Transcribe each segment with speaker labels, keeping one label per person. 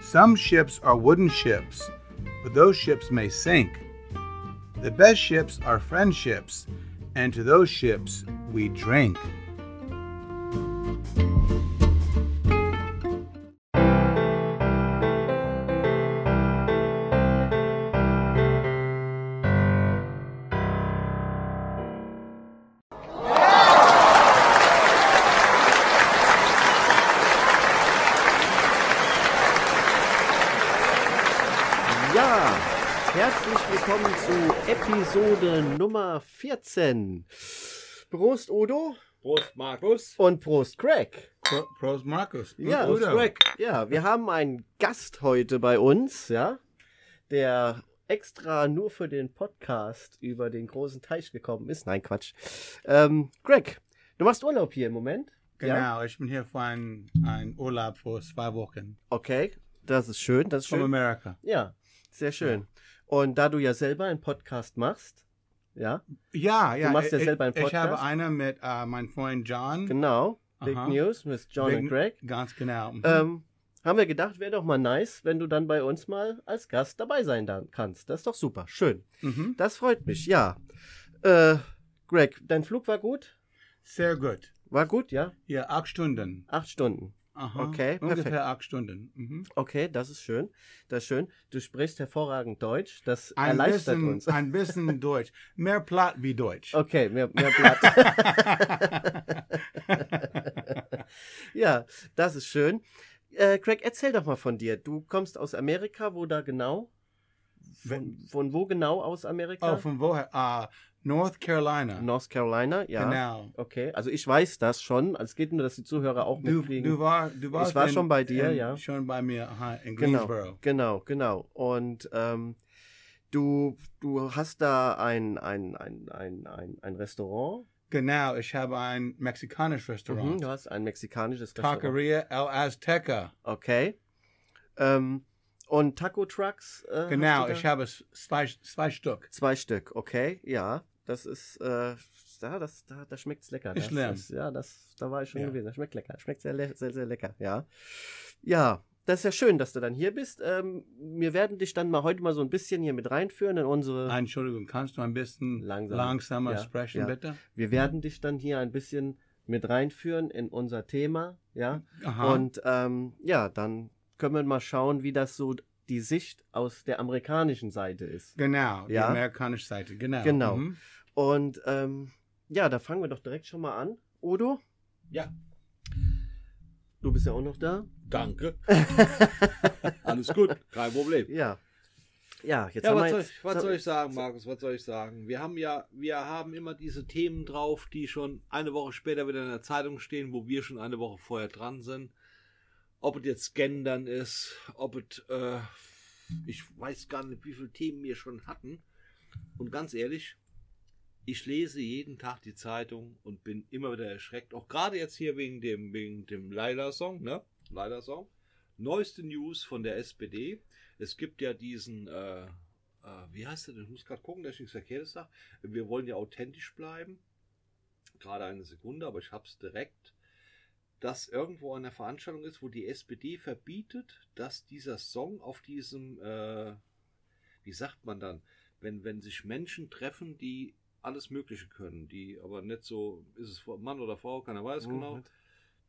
Speaker 1: Some ships are wooden ships, but those ships may sink. The best ships are friendships, and to those ships we drink.
Speaker 2: Ja, herzlich willkommen zu Episode Nummer 14. Prost Udo
Speaker 3: Prost, Markus.
Speaker 2: und Prost Craig.
Speaker 1: Pros Marcus.
Speaker 2: Ja, Prost, Ja, wir haben einen Gast heute bei uns, ja, der extra nur für den Podcast über den großen Teich gekommen ist. Nein, Quatsch. Ähm, Greg, du machst Urlaub hier im Moment. Ja?
Speaker 1: Genau, ich bin hier für einen, einen Urlaub für zwei Wochen.
Speaker 2: Okay, das ist schön, das ist
Speaker 1: From
Speaker 2: schön.
Speaker 1: America.
Speaker 2: Ja, sehr schön. Und da du ja selber einen Podcast machst, ja,
Speaker 1: Ja, ja.
Speaker 2: machst ja
Speaker 1: ich,
Speaker 2: selber einen
Speaker 1: Ich habe
Speaker 2: Podcast?
Speaker 1: einen mit
Speaker 2: uh,
Speaker 1: äh, meinem Freund John.
Speaker 2: genau, Big
Speaker 1: Aha.
Speaker 2: News mit John
Speaker 1: Big-
Speaker 2: und Greg.
Speaker 1: Ganz genau. Mhm.
Speaker 2: Ähm, haben wir gedacht, wäre doch mal nice, wenn du dann bei uns mal als Gast dabei sein dann kannst. Das ist doch super, schön.
Speaker 1: mhm.
Speaker 2: Das freut mich, ja. Äh, Greg, dein Flug war gut?
Speaker 1: Sehr gut.
Speaker 2: War gut, ja?
Speaker 1: Ja, acht Stunden.
Speaker 2: Acht Stunden.
Speaker 1: Aha.
Speaker 2: Okay,
Speaker 1: Ungefähr
Speaker 2: perfekt.
Speaker 1: acht Stunden. Mhm.
Speaker 2: Okay, das ist schön. Das ist schön. Du sprichst hervorragend Deutsch. Das
Speaker 1: Ein
Speaker 2: erleichtert
Speaker 1: bisschen,
Speaker 2: uns.
Speaker 1: ein bisschen Deutsch. Mehr Platt wie Deutsch.
Speaker 2: Okay, mehr, mehr Blatt. ja, das ist schön. Äh, Craig, erzähl doch mal von dir. Du kommst aus Amerika, wo da genau? Von, von wo genau aus Amerika?
Speaker 1: Oh, von woher? Ah, North Carolina.
Speaker 2: North Carolina, ja.
Speaker 1: Genau.
Speaker 2: Okay, also ich weiß das schon. Also es geht nur, dass die Zuhörer auch
Speaker 1: Du,
Speaker 2: mitkriegen.
Speaker 1: du, war, du warst
Speaker 2: war
Speaker 1: in,
Speaker 2: schon bei dir,
Speaker 1: in,
Speaker 2: ja.
Speaker 1: Schon bei mir aha, uh, in
Speaker 2: genau,
Speaker 1: Greensboro.
Speaker 2: genau, genau. Und ähm, du, du hast da ein, ein, ein, ein, ein, ein Restaurant.
Speaker 1: Genau. ich habe ein mexikanisches Restaurant.
Speaker 2: Mhm, du hast ein mexikanisches Restaurant.
Speaker 1: Taqueria El Azteca.
Speaker 2: Okay. Ähm, und Taco Trucks? äh, hast
Speaker 1: Genau,
Speaker 2: du da?
Speaker 1: ich habe s- zwei, zwei Stück.
Speaker 2: Zwei Stück, okay, ja. Das ist, äh, ja, das, da, da schmeckt es lecker.
Speaker 1: Ist
Speaker 2: das
Speaker 1: lecker.
Speaker 2: ist, ja, das, da war ich schon
Speaker 1: Ja.
Speaker 2: gewesen. Das schmeckt lecker. Schmeckt sehr, le- sehr, sehr lecker, ja. Ja, das ist ja schön, dass du dann hier bist. Ähm, wir werden dich dann mal heute mal so ein bisschen hier mit reinführen in unsere.
Speaker 1: Entschuldigung, kannst du ein bisschen
Speaker 2: Ah. Langsam.
Speaker 1: langsamer
Speaker 2: Ja,
Speaker 1: sprechen,
Speaker 2: ja.
Speaker 1: bitte?
Speaker 2: Wir werden dich dann hier ein bisschen mit reinführen in unser Thema, ja.
Speaker 1: Aha.
Speaker 2: Und ähm, ja, dann können wir mal schauen, wie das so die Sicht aus der amerikanischen Seite ist.
Speaker 1: genau, die
Speaker 2: Ja.
Speaker 1: amerikanische Seite, genau.
Speaker 2: Genau.
Speaker 1: Mhm.
Speaker 2: Und ähm, ja, da fangen wir doch direkt schon mal an. Odo,
Speaker 3: Ja,
Speaker 2: du bist ja auch noch da.
Speaker 3: danke. Alles gut, kein Problem.
Speaker 2: Ja. Ja, jetzt
Speaker 3: Ja,
Speaker 2: haben
Speaker 3: was
Speaker 2: wir
Speaker 3: soll,
Speaker 2: jetzt,
Speaker 3: ich, was soll ich sagen, Markus? Was soll ich sagen? Wir haben ja, wir haben immer diese Themen drauf, die schon eine Woche später wieder in der Zeitung stehen, wo wir schon eine Woche vorher dran sind. Ob es jetzt Gendern ist, ob es, äh, ich weiß gar nicht, wie viele Themen wir schon hatten. Und ganz ehrlich, ich lese jeden Tag die Zeitung und bin immer wieder erschreckt. Auch gerade jetzt hier wegen dem, wegen dem Leila-Song, ne? Leila-Song. Neueste News von der SPD. Es gibt ja diesen, äh, äh, wie heißt der denn? Ich muss gerade gucken, dass ich nichts Verkehrtes sage. Wir wollen ja authentisch bleiben. Gerade eine Sekunde, aber ich hab's direkt. Dass irgendwo eine Veranstaltung ist, wo die SPD verbietet, dass dieser Song auf diesem, äh, wie sagt man dann, wenn, wenn sich Menschen treffen, die alles Mögliche können, die aber nicht so, ist es Mann oder Frau, keiner weiß genau.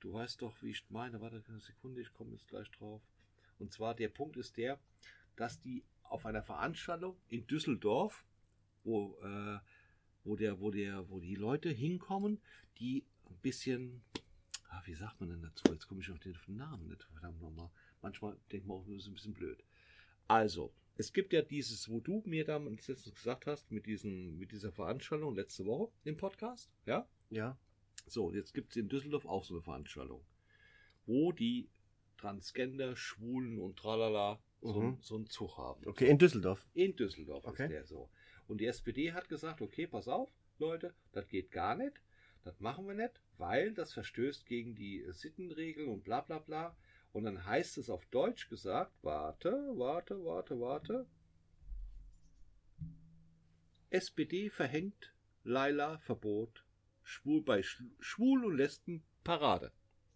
Speaker 3: Du weißt doch, wie ich meine. Warte eine Sekunde, ich komme jetzt gleich drauf. Und zwar der Punkt ist der, dass die auf einer Veranstaltung in Düsseldorf, wo, äh, wo, der, wo, der, wo die Leute hinkommen, die ein bisschen, ah, wie sagt man denn dazu? Jetzt komme ich auf den Namen nicht, verdammt nochmal. Manchmal denkt man auch, das ist ein bisschen blöd. Also, es gibt ja dieses, wo du mir damals letztens gesagt hast, mit, diesen, mit dieser Veranstaltung letzte Woche im Podcast, ja?
Speaker 2: Ja.
Speaker 3: So, und jetzt gibt es in Düsseldorf auch so eine Veranstaltung, wo die Transgender, Schwulen und Tralala so,
Speaker 2: Mhm.
Speaker 3: so einen Zug haben.
Speaker 2: Okay, in Düsseldorf.
Speaker 3: In Düsseldorf
Speaker 2: Okay.
Speaker 3: ist der so. Und die SPD hat gesagt, okay, pass auf, Leute, das geht gar nicht, das machen wir nicht, weil das verstößt gegen die äh, Sittenregeln und bla bla bla. Und dann heißt es auf Deutsch gesagt, warte, warte, warte, warte. SPD verhängt Laila Verbot, schwul bei Schlu- Schwul und Lesben Parade.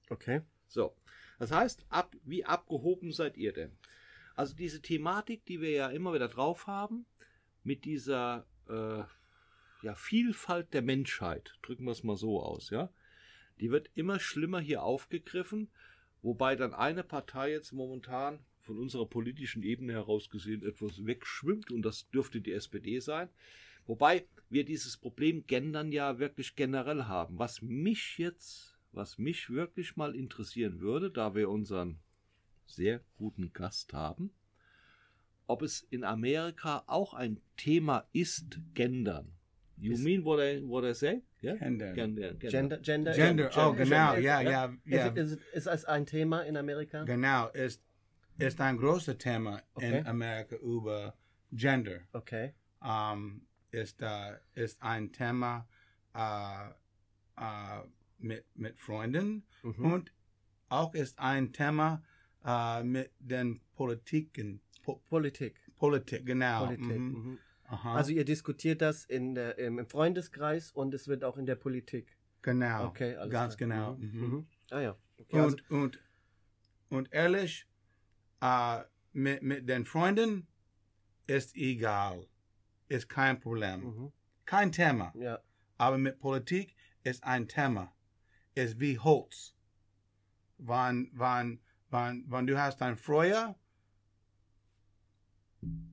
Speaker 2: Okay.
Speaker 3: So. Das heißt, ab, wie abgehoben seid ihr denn? Also diese Thematik, die wir ja immer wieder drauf haben, mit dieser äh, ja, Vielfalt der Menschheit, drücken wir es mal so aus, ja, die wird immer schlimmer hier aufgegriffen, wobei dann eine Partei jetzt momentan von unserer politischen Ebene heraus gesehen etwas wegschwimmt und das dürfte die SPD sein. Wobei wir dieses Problem Gendern ja wirklich generell haben. Was mich jetzt, was mich wirklich mal interessieren würde, da wir unseren sehr guten Gast haben, ob es in Amerika auch ein Thema ist, Gendern. You
Speaker 2: Ist-
Speaker 3: mean what I, what I say? Yeah?
Speaker 1: Gendern.
Speaker 3: Gendern.
Speaker 2: Gender, Gender,
Speaker 1: Gender, oh, genau, ja, ja, ja.
Speaker 2: Ist, ist, ist das ein Thema in Amerika?
Speaker 1: Genau, ist, ist ein großes Thema
Speaker 2: Okay.
Speaker 1: in Amerika über Gender.
Speaker 2: Okay.
Speaker 1: Ähm, ist, äh, ist ein Thema äh, äh, mit, mit Freunden
Speaker 2: Mhm.
Speaker 1: und auch ist ein Thema äh, mit den Politiken. Po
Speaker 2: Politik.
Speaker 1: Politik, genau.
Speaker 2: Politik.
Speaker 1: Mhm.
Speaker 2: Mhm.
Speaker 1: Aha.
Speaker 2: Also ihr diskutiert das in der, im, im Freundeskreis und es wird auch in der Politik.
Speaker 1: genau.
Speaker 2: Okay, alles
Speaker 1: Ganz
Speaker 2: klar.
Speaker 1: genau.
Speaker 2: Mhm.
Speaker 1: Mhm.
Speaker 2: Mhm. Ah ja. Okay, also,
Speaker 1: Und, und, und ehrlich, äh, mit, mit den Freunden ist egal. Ist kein Problem.
Speaker 2: mhm.
Speaker 1: Kein Thema.
Speaker 2: ja.
Speaker 1: Aber mit Politik ist ein Thema. Ist wie Holz. Wann, wann, wann, wann du hast ein Feuer,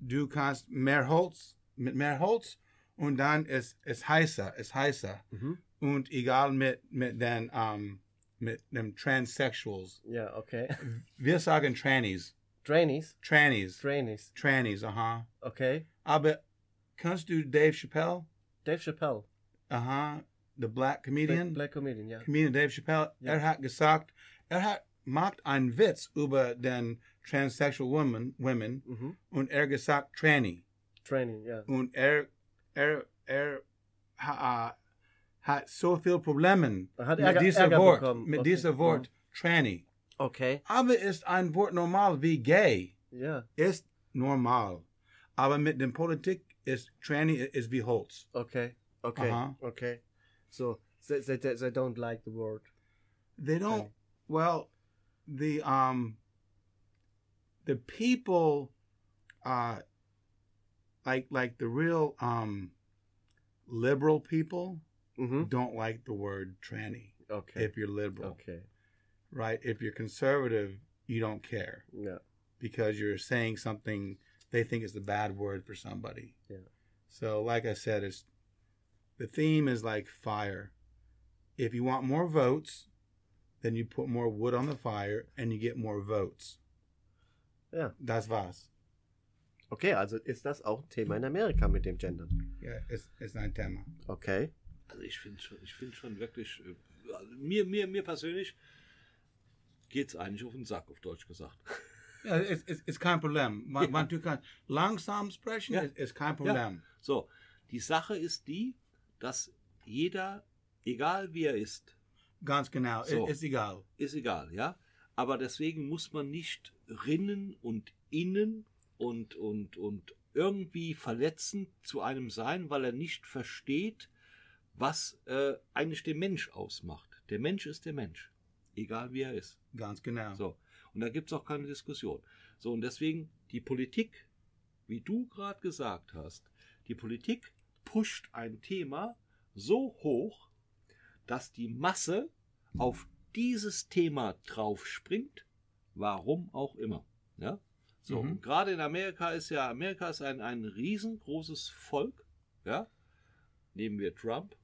Speaker 1: du kannst mehr Holz, mit mehr Holz und dann ist es heißer, ist heißer.
Speaker 2: Mhm.
Speaker 1: Und egal mit, mit den, ähm, mit den Transsexuals.
Speaker 2: Ja, okay.
Speaker 1: Wir sagen Trannies.
Speaker 2: Trainees.
Speaker 1: Trannies.
Speaker 2: Trainees.
Speaker 1: Trannies, aha.
Speaker 2: Okay.
Speaker 1: Aber kannst du Dave Chappelle?
Speaker 2: Dave Chappelle.
Speaker 1: Aha. The black
Speaker 2: Black,
Speaker 1: comedian?
Speaker 2: Black Comedian, ja.
Speaker 1: Comedian Dave Chappelle.
Speaker 2: Ja.
Speaker 1: Er hat gesagt, er hat macht einen Witz über den transsexual women, women
Speaker 2: Mhm.
Speaker 1: und er gesagt Tranny.
Speaker 2: Training, ja.
Speaker 1: Und er, er, er ha, hat so viel Probleme
Speaker 2: Er hat
Speaker 1: mit
Speaker 2: Ärger-
Speaker 1: diesem
Speaker 2: Ärger
Speaker 1: Wort.
Speaker 2: bekommen.
Speaker 1: Mit
Speaker 2: Okay.
Speaker 1: diesem Wort, Tranny.
Speaker 2: Okay.
Speaker 1: Aber ist ein Wort normal wie gay.
Speaker 2: Ja,
Speaker 1: ist normal. Aber mit den Politik ist Tranny ist wie Holz.
Speaker 2: okay. Okay.
Speaker 1: Aha.
Speaker 2: Okay. So, they, they, they they don't like the word.
Speaker 1: They don't.
Speaker 2: Okay.
Speaker 1: Well, the um, the people, uh, like like the real um, liberal people
Speaker 2: Mhm.
Speaker 1: don't like the word tranny.
Speaker 2: Okay.
Speaker 1: If you're liberal,
Speaker 2: Okay.
Speaker 1: right? If you're conservative, you don't care
Speaker 2: Ja.
Speaker 1: because you're saying something they think is a bad word for somebody.
Speaker 2: Yeah.
Speaker 1: So, like I said, it's the theme is like fire. If you want more votes, then you put more wood on the fire and you get more votes.
Speaker 2: Yeah.
Speaker 1: That's was.
Speaker 2: Okay, also ist das auch ein Thema in Amerika mit dem Gender.
Speaker 1: Yeah, it's it's not tema.
Speaker 2: Okay.
Speaker 3: Also ich finde schon, ich finde schon wirklich, äh, also mir, mir, mir persönlich geht's eigentlich auf den Sack, auf Deutsch gesagt.
Speaker 1: Yeah, it's it's, it's kein problem. One, one, two, kind. Langsam sprechen
Speaker 3: Yeah.
Speaker 1: is, is kein problem.
Speaker 3: So, die Sache ist die, dass jeder, egal wie er ist,
Speaker 1: Ganz genau.
Speaker 3: So.
Speaker 1: It, it's egal.
Speaker 3: ist egal, ja. Aber deswegen muss man nicht rinnen und innen und, und, und irgendwie verletzend zu einem sein, weil er nicht versteht, was äh, eigentlich den Mensch ausmacht. Der Mensch ist der Mensch, egal wie er ist.
Speaker 1: Ganz genau.
Speaker 3: So. Und da gibt es auch keine Diskussion. So, und deswegen die Politik, wie du gerade gesagt hast, die Politik pusht ein Thema so hoch, dass die Masse auf dieses Thema draufspringt, warum auch immer. Ja? So,
Speaker 1: Mhm.
Speaker 3: und gerade in Amerika ist ja, Amerika ist ein, ein riesengroßes Volk, ja. Nehmen wir Trump,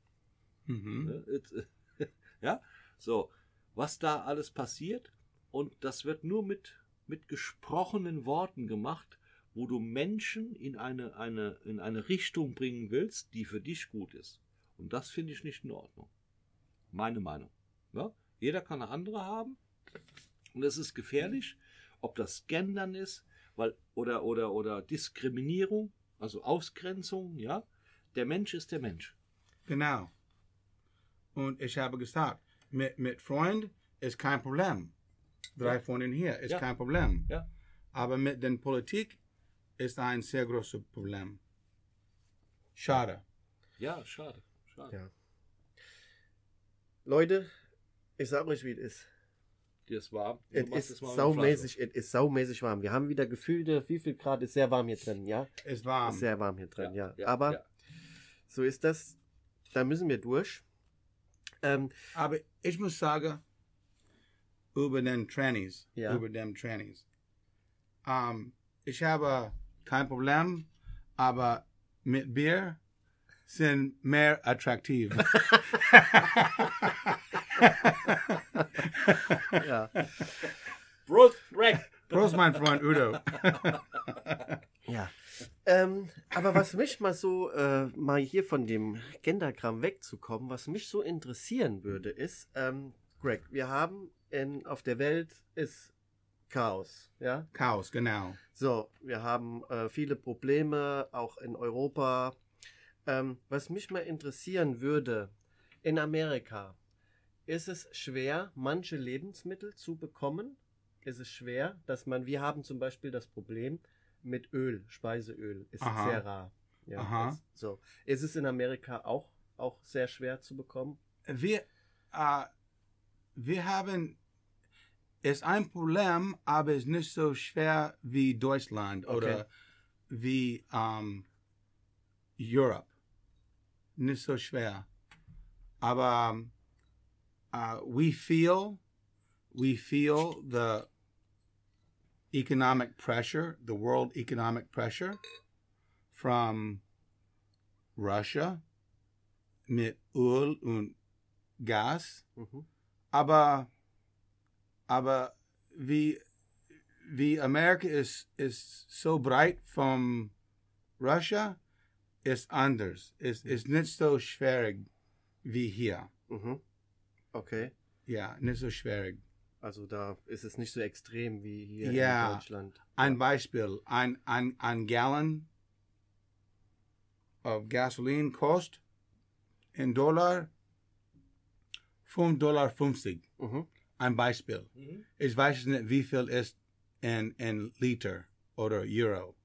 Speaker 1: Mhm.
Speaker 3: Ne? Jetzt, äh, Ja, so, was da alles passiert und das wird nur mit, mit gesprochenen Worten gemacht, wo du Menschen in eine, eine, in eine Richtung bringen willst, die für dich gut ist. Und das finde ich nicht in Ordnung. Meine Meinung. Ja? Jeder kann eine andere haben und es ist gefährlich, ob das Gendern ist weil, oder, oder, oder Diskriminierung, also Ausgrenzung, ja. Der Mensch ist der Mensch.
Speaker 1: Genau. Und ich habe gesagt, mit, mit Freund ist kein Problem. Drei
Speaker 3: Ja.
Speaker 1: Freunde hier ist
Speaker 3: Ja.
Speaker 1: kein Problem.
Speaker 3: Ja.
Speaker 1: Aber mit der Politik ist ein sehr großes Problem. Schade.
Speaker 3: Ja, schade. schade.
Speaker 2: Ja. Leute, ich sag euch, wie es ist.
Speaker 3: Dir ist warm. Du
Speaker 2: Es ist
Speaker 3: machst das mal mit
Speaker 2: saumäßig, es ist saumäßig warm. Wir haben wieder gefühlte, wie viel Grad ist sehr warm hier drin, ja?
Speaker 1: Ist warm.
Speaker 2: Ist sehr warm hier drin, ja.
Speaker 3: ja,
Speaker 2: Aber
Speaker 3: ja.
Speaker 2: so ist das. Da müssen wir durch. Ähm,
Speaker 1: Aber ich muss sagen, über den Trannies,
Speaker 2: Ja.
Speaker 1: über den Trannies. Ähm, ich habe kein Problem, aber mit Bier sind mehr attraktiv.
Speaker 2: ja.
Speaker 3: Prost, Rack.
Speaker 1: Prost, mein Freund Udo.
Speaker 2: Ja. Ähm, aber was mich mal so, äh, mal hier von dem Gendergramm wegzukommen, was mich so interessieren würde, ist, ähm, Greg, wir haben in, auf der Welt ist Chaos, ja?
Speaker 1: Chaos, genau.
Speaker 2: So, wir haben äh, viele Probleme, auch in Europa. Ähm, was mich mal interessieren würde, in Amerika, ist es schwer, manche Lebensmittel zu bekommen? Ist es schwer, dass man, wir haben zum Beispiel das Problem mit Öl, Speiseöl, ist
Speaker 1: Aha.
Speaker 2: sehr rar. Ja,
Speaker 1: Aha.
Speaker 2: Ist, so. Ist es in Amerika auch, auch sehr schwer zu bekommen?
Speaker 1: Wir, äh, wir haben, ist ein Problem, aber ist nicht so schwer wie Deutschland oder wie ähm, Europe. Nicht so schwer. Aber ähm, äh, we feel, we feel the economic pressure, the world economic pressure from Russia mit Öl und Gas,
Speaker 2: Mhm.
Speaker 1: aber, aber wie, wie Amerika ist, ist so breit von Russia, ist anders. Ist, ist nicht so schwierig wie hier.
Speaker 2: Mhm. Okay.
Speaker 1: Ja, nicht so schwierig.
Speaker 2: Also da ist es nicht so extrem wie hier
Speaker 1: Ja.
Speaker 2: in Deutschland.
Speaker 1: Ein Beispiel, ein, ein, ein Gallon of gasoline kostet in Dollar 5,50 Dollar.
Speaker 2: Mhm.
Speaker 1: Ein Beispiel.
Speaker 3: Mhm.
Speaker 1: Ich weiß nicht, wie viel ist in, in Liter oder Euro.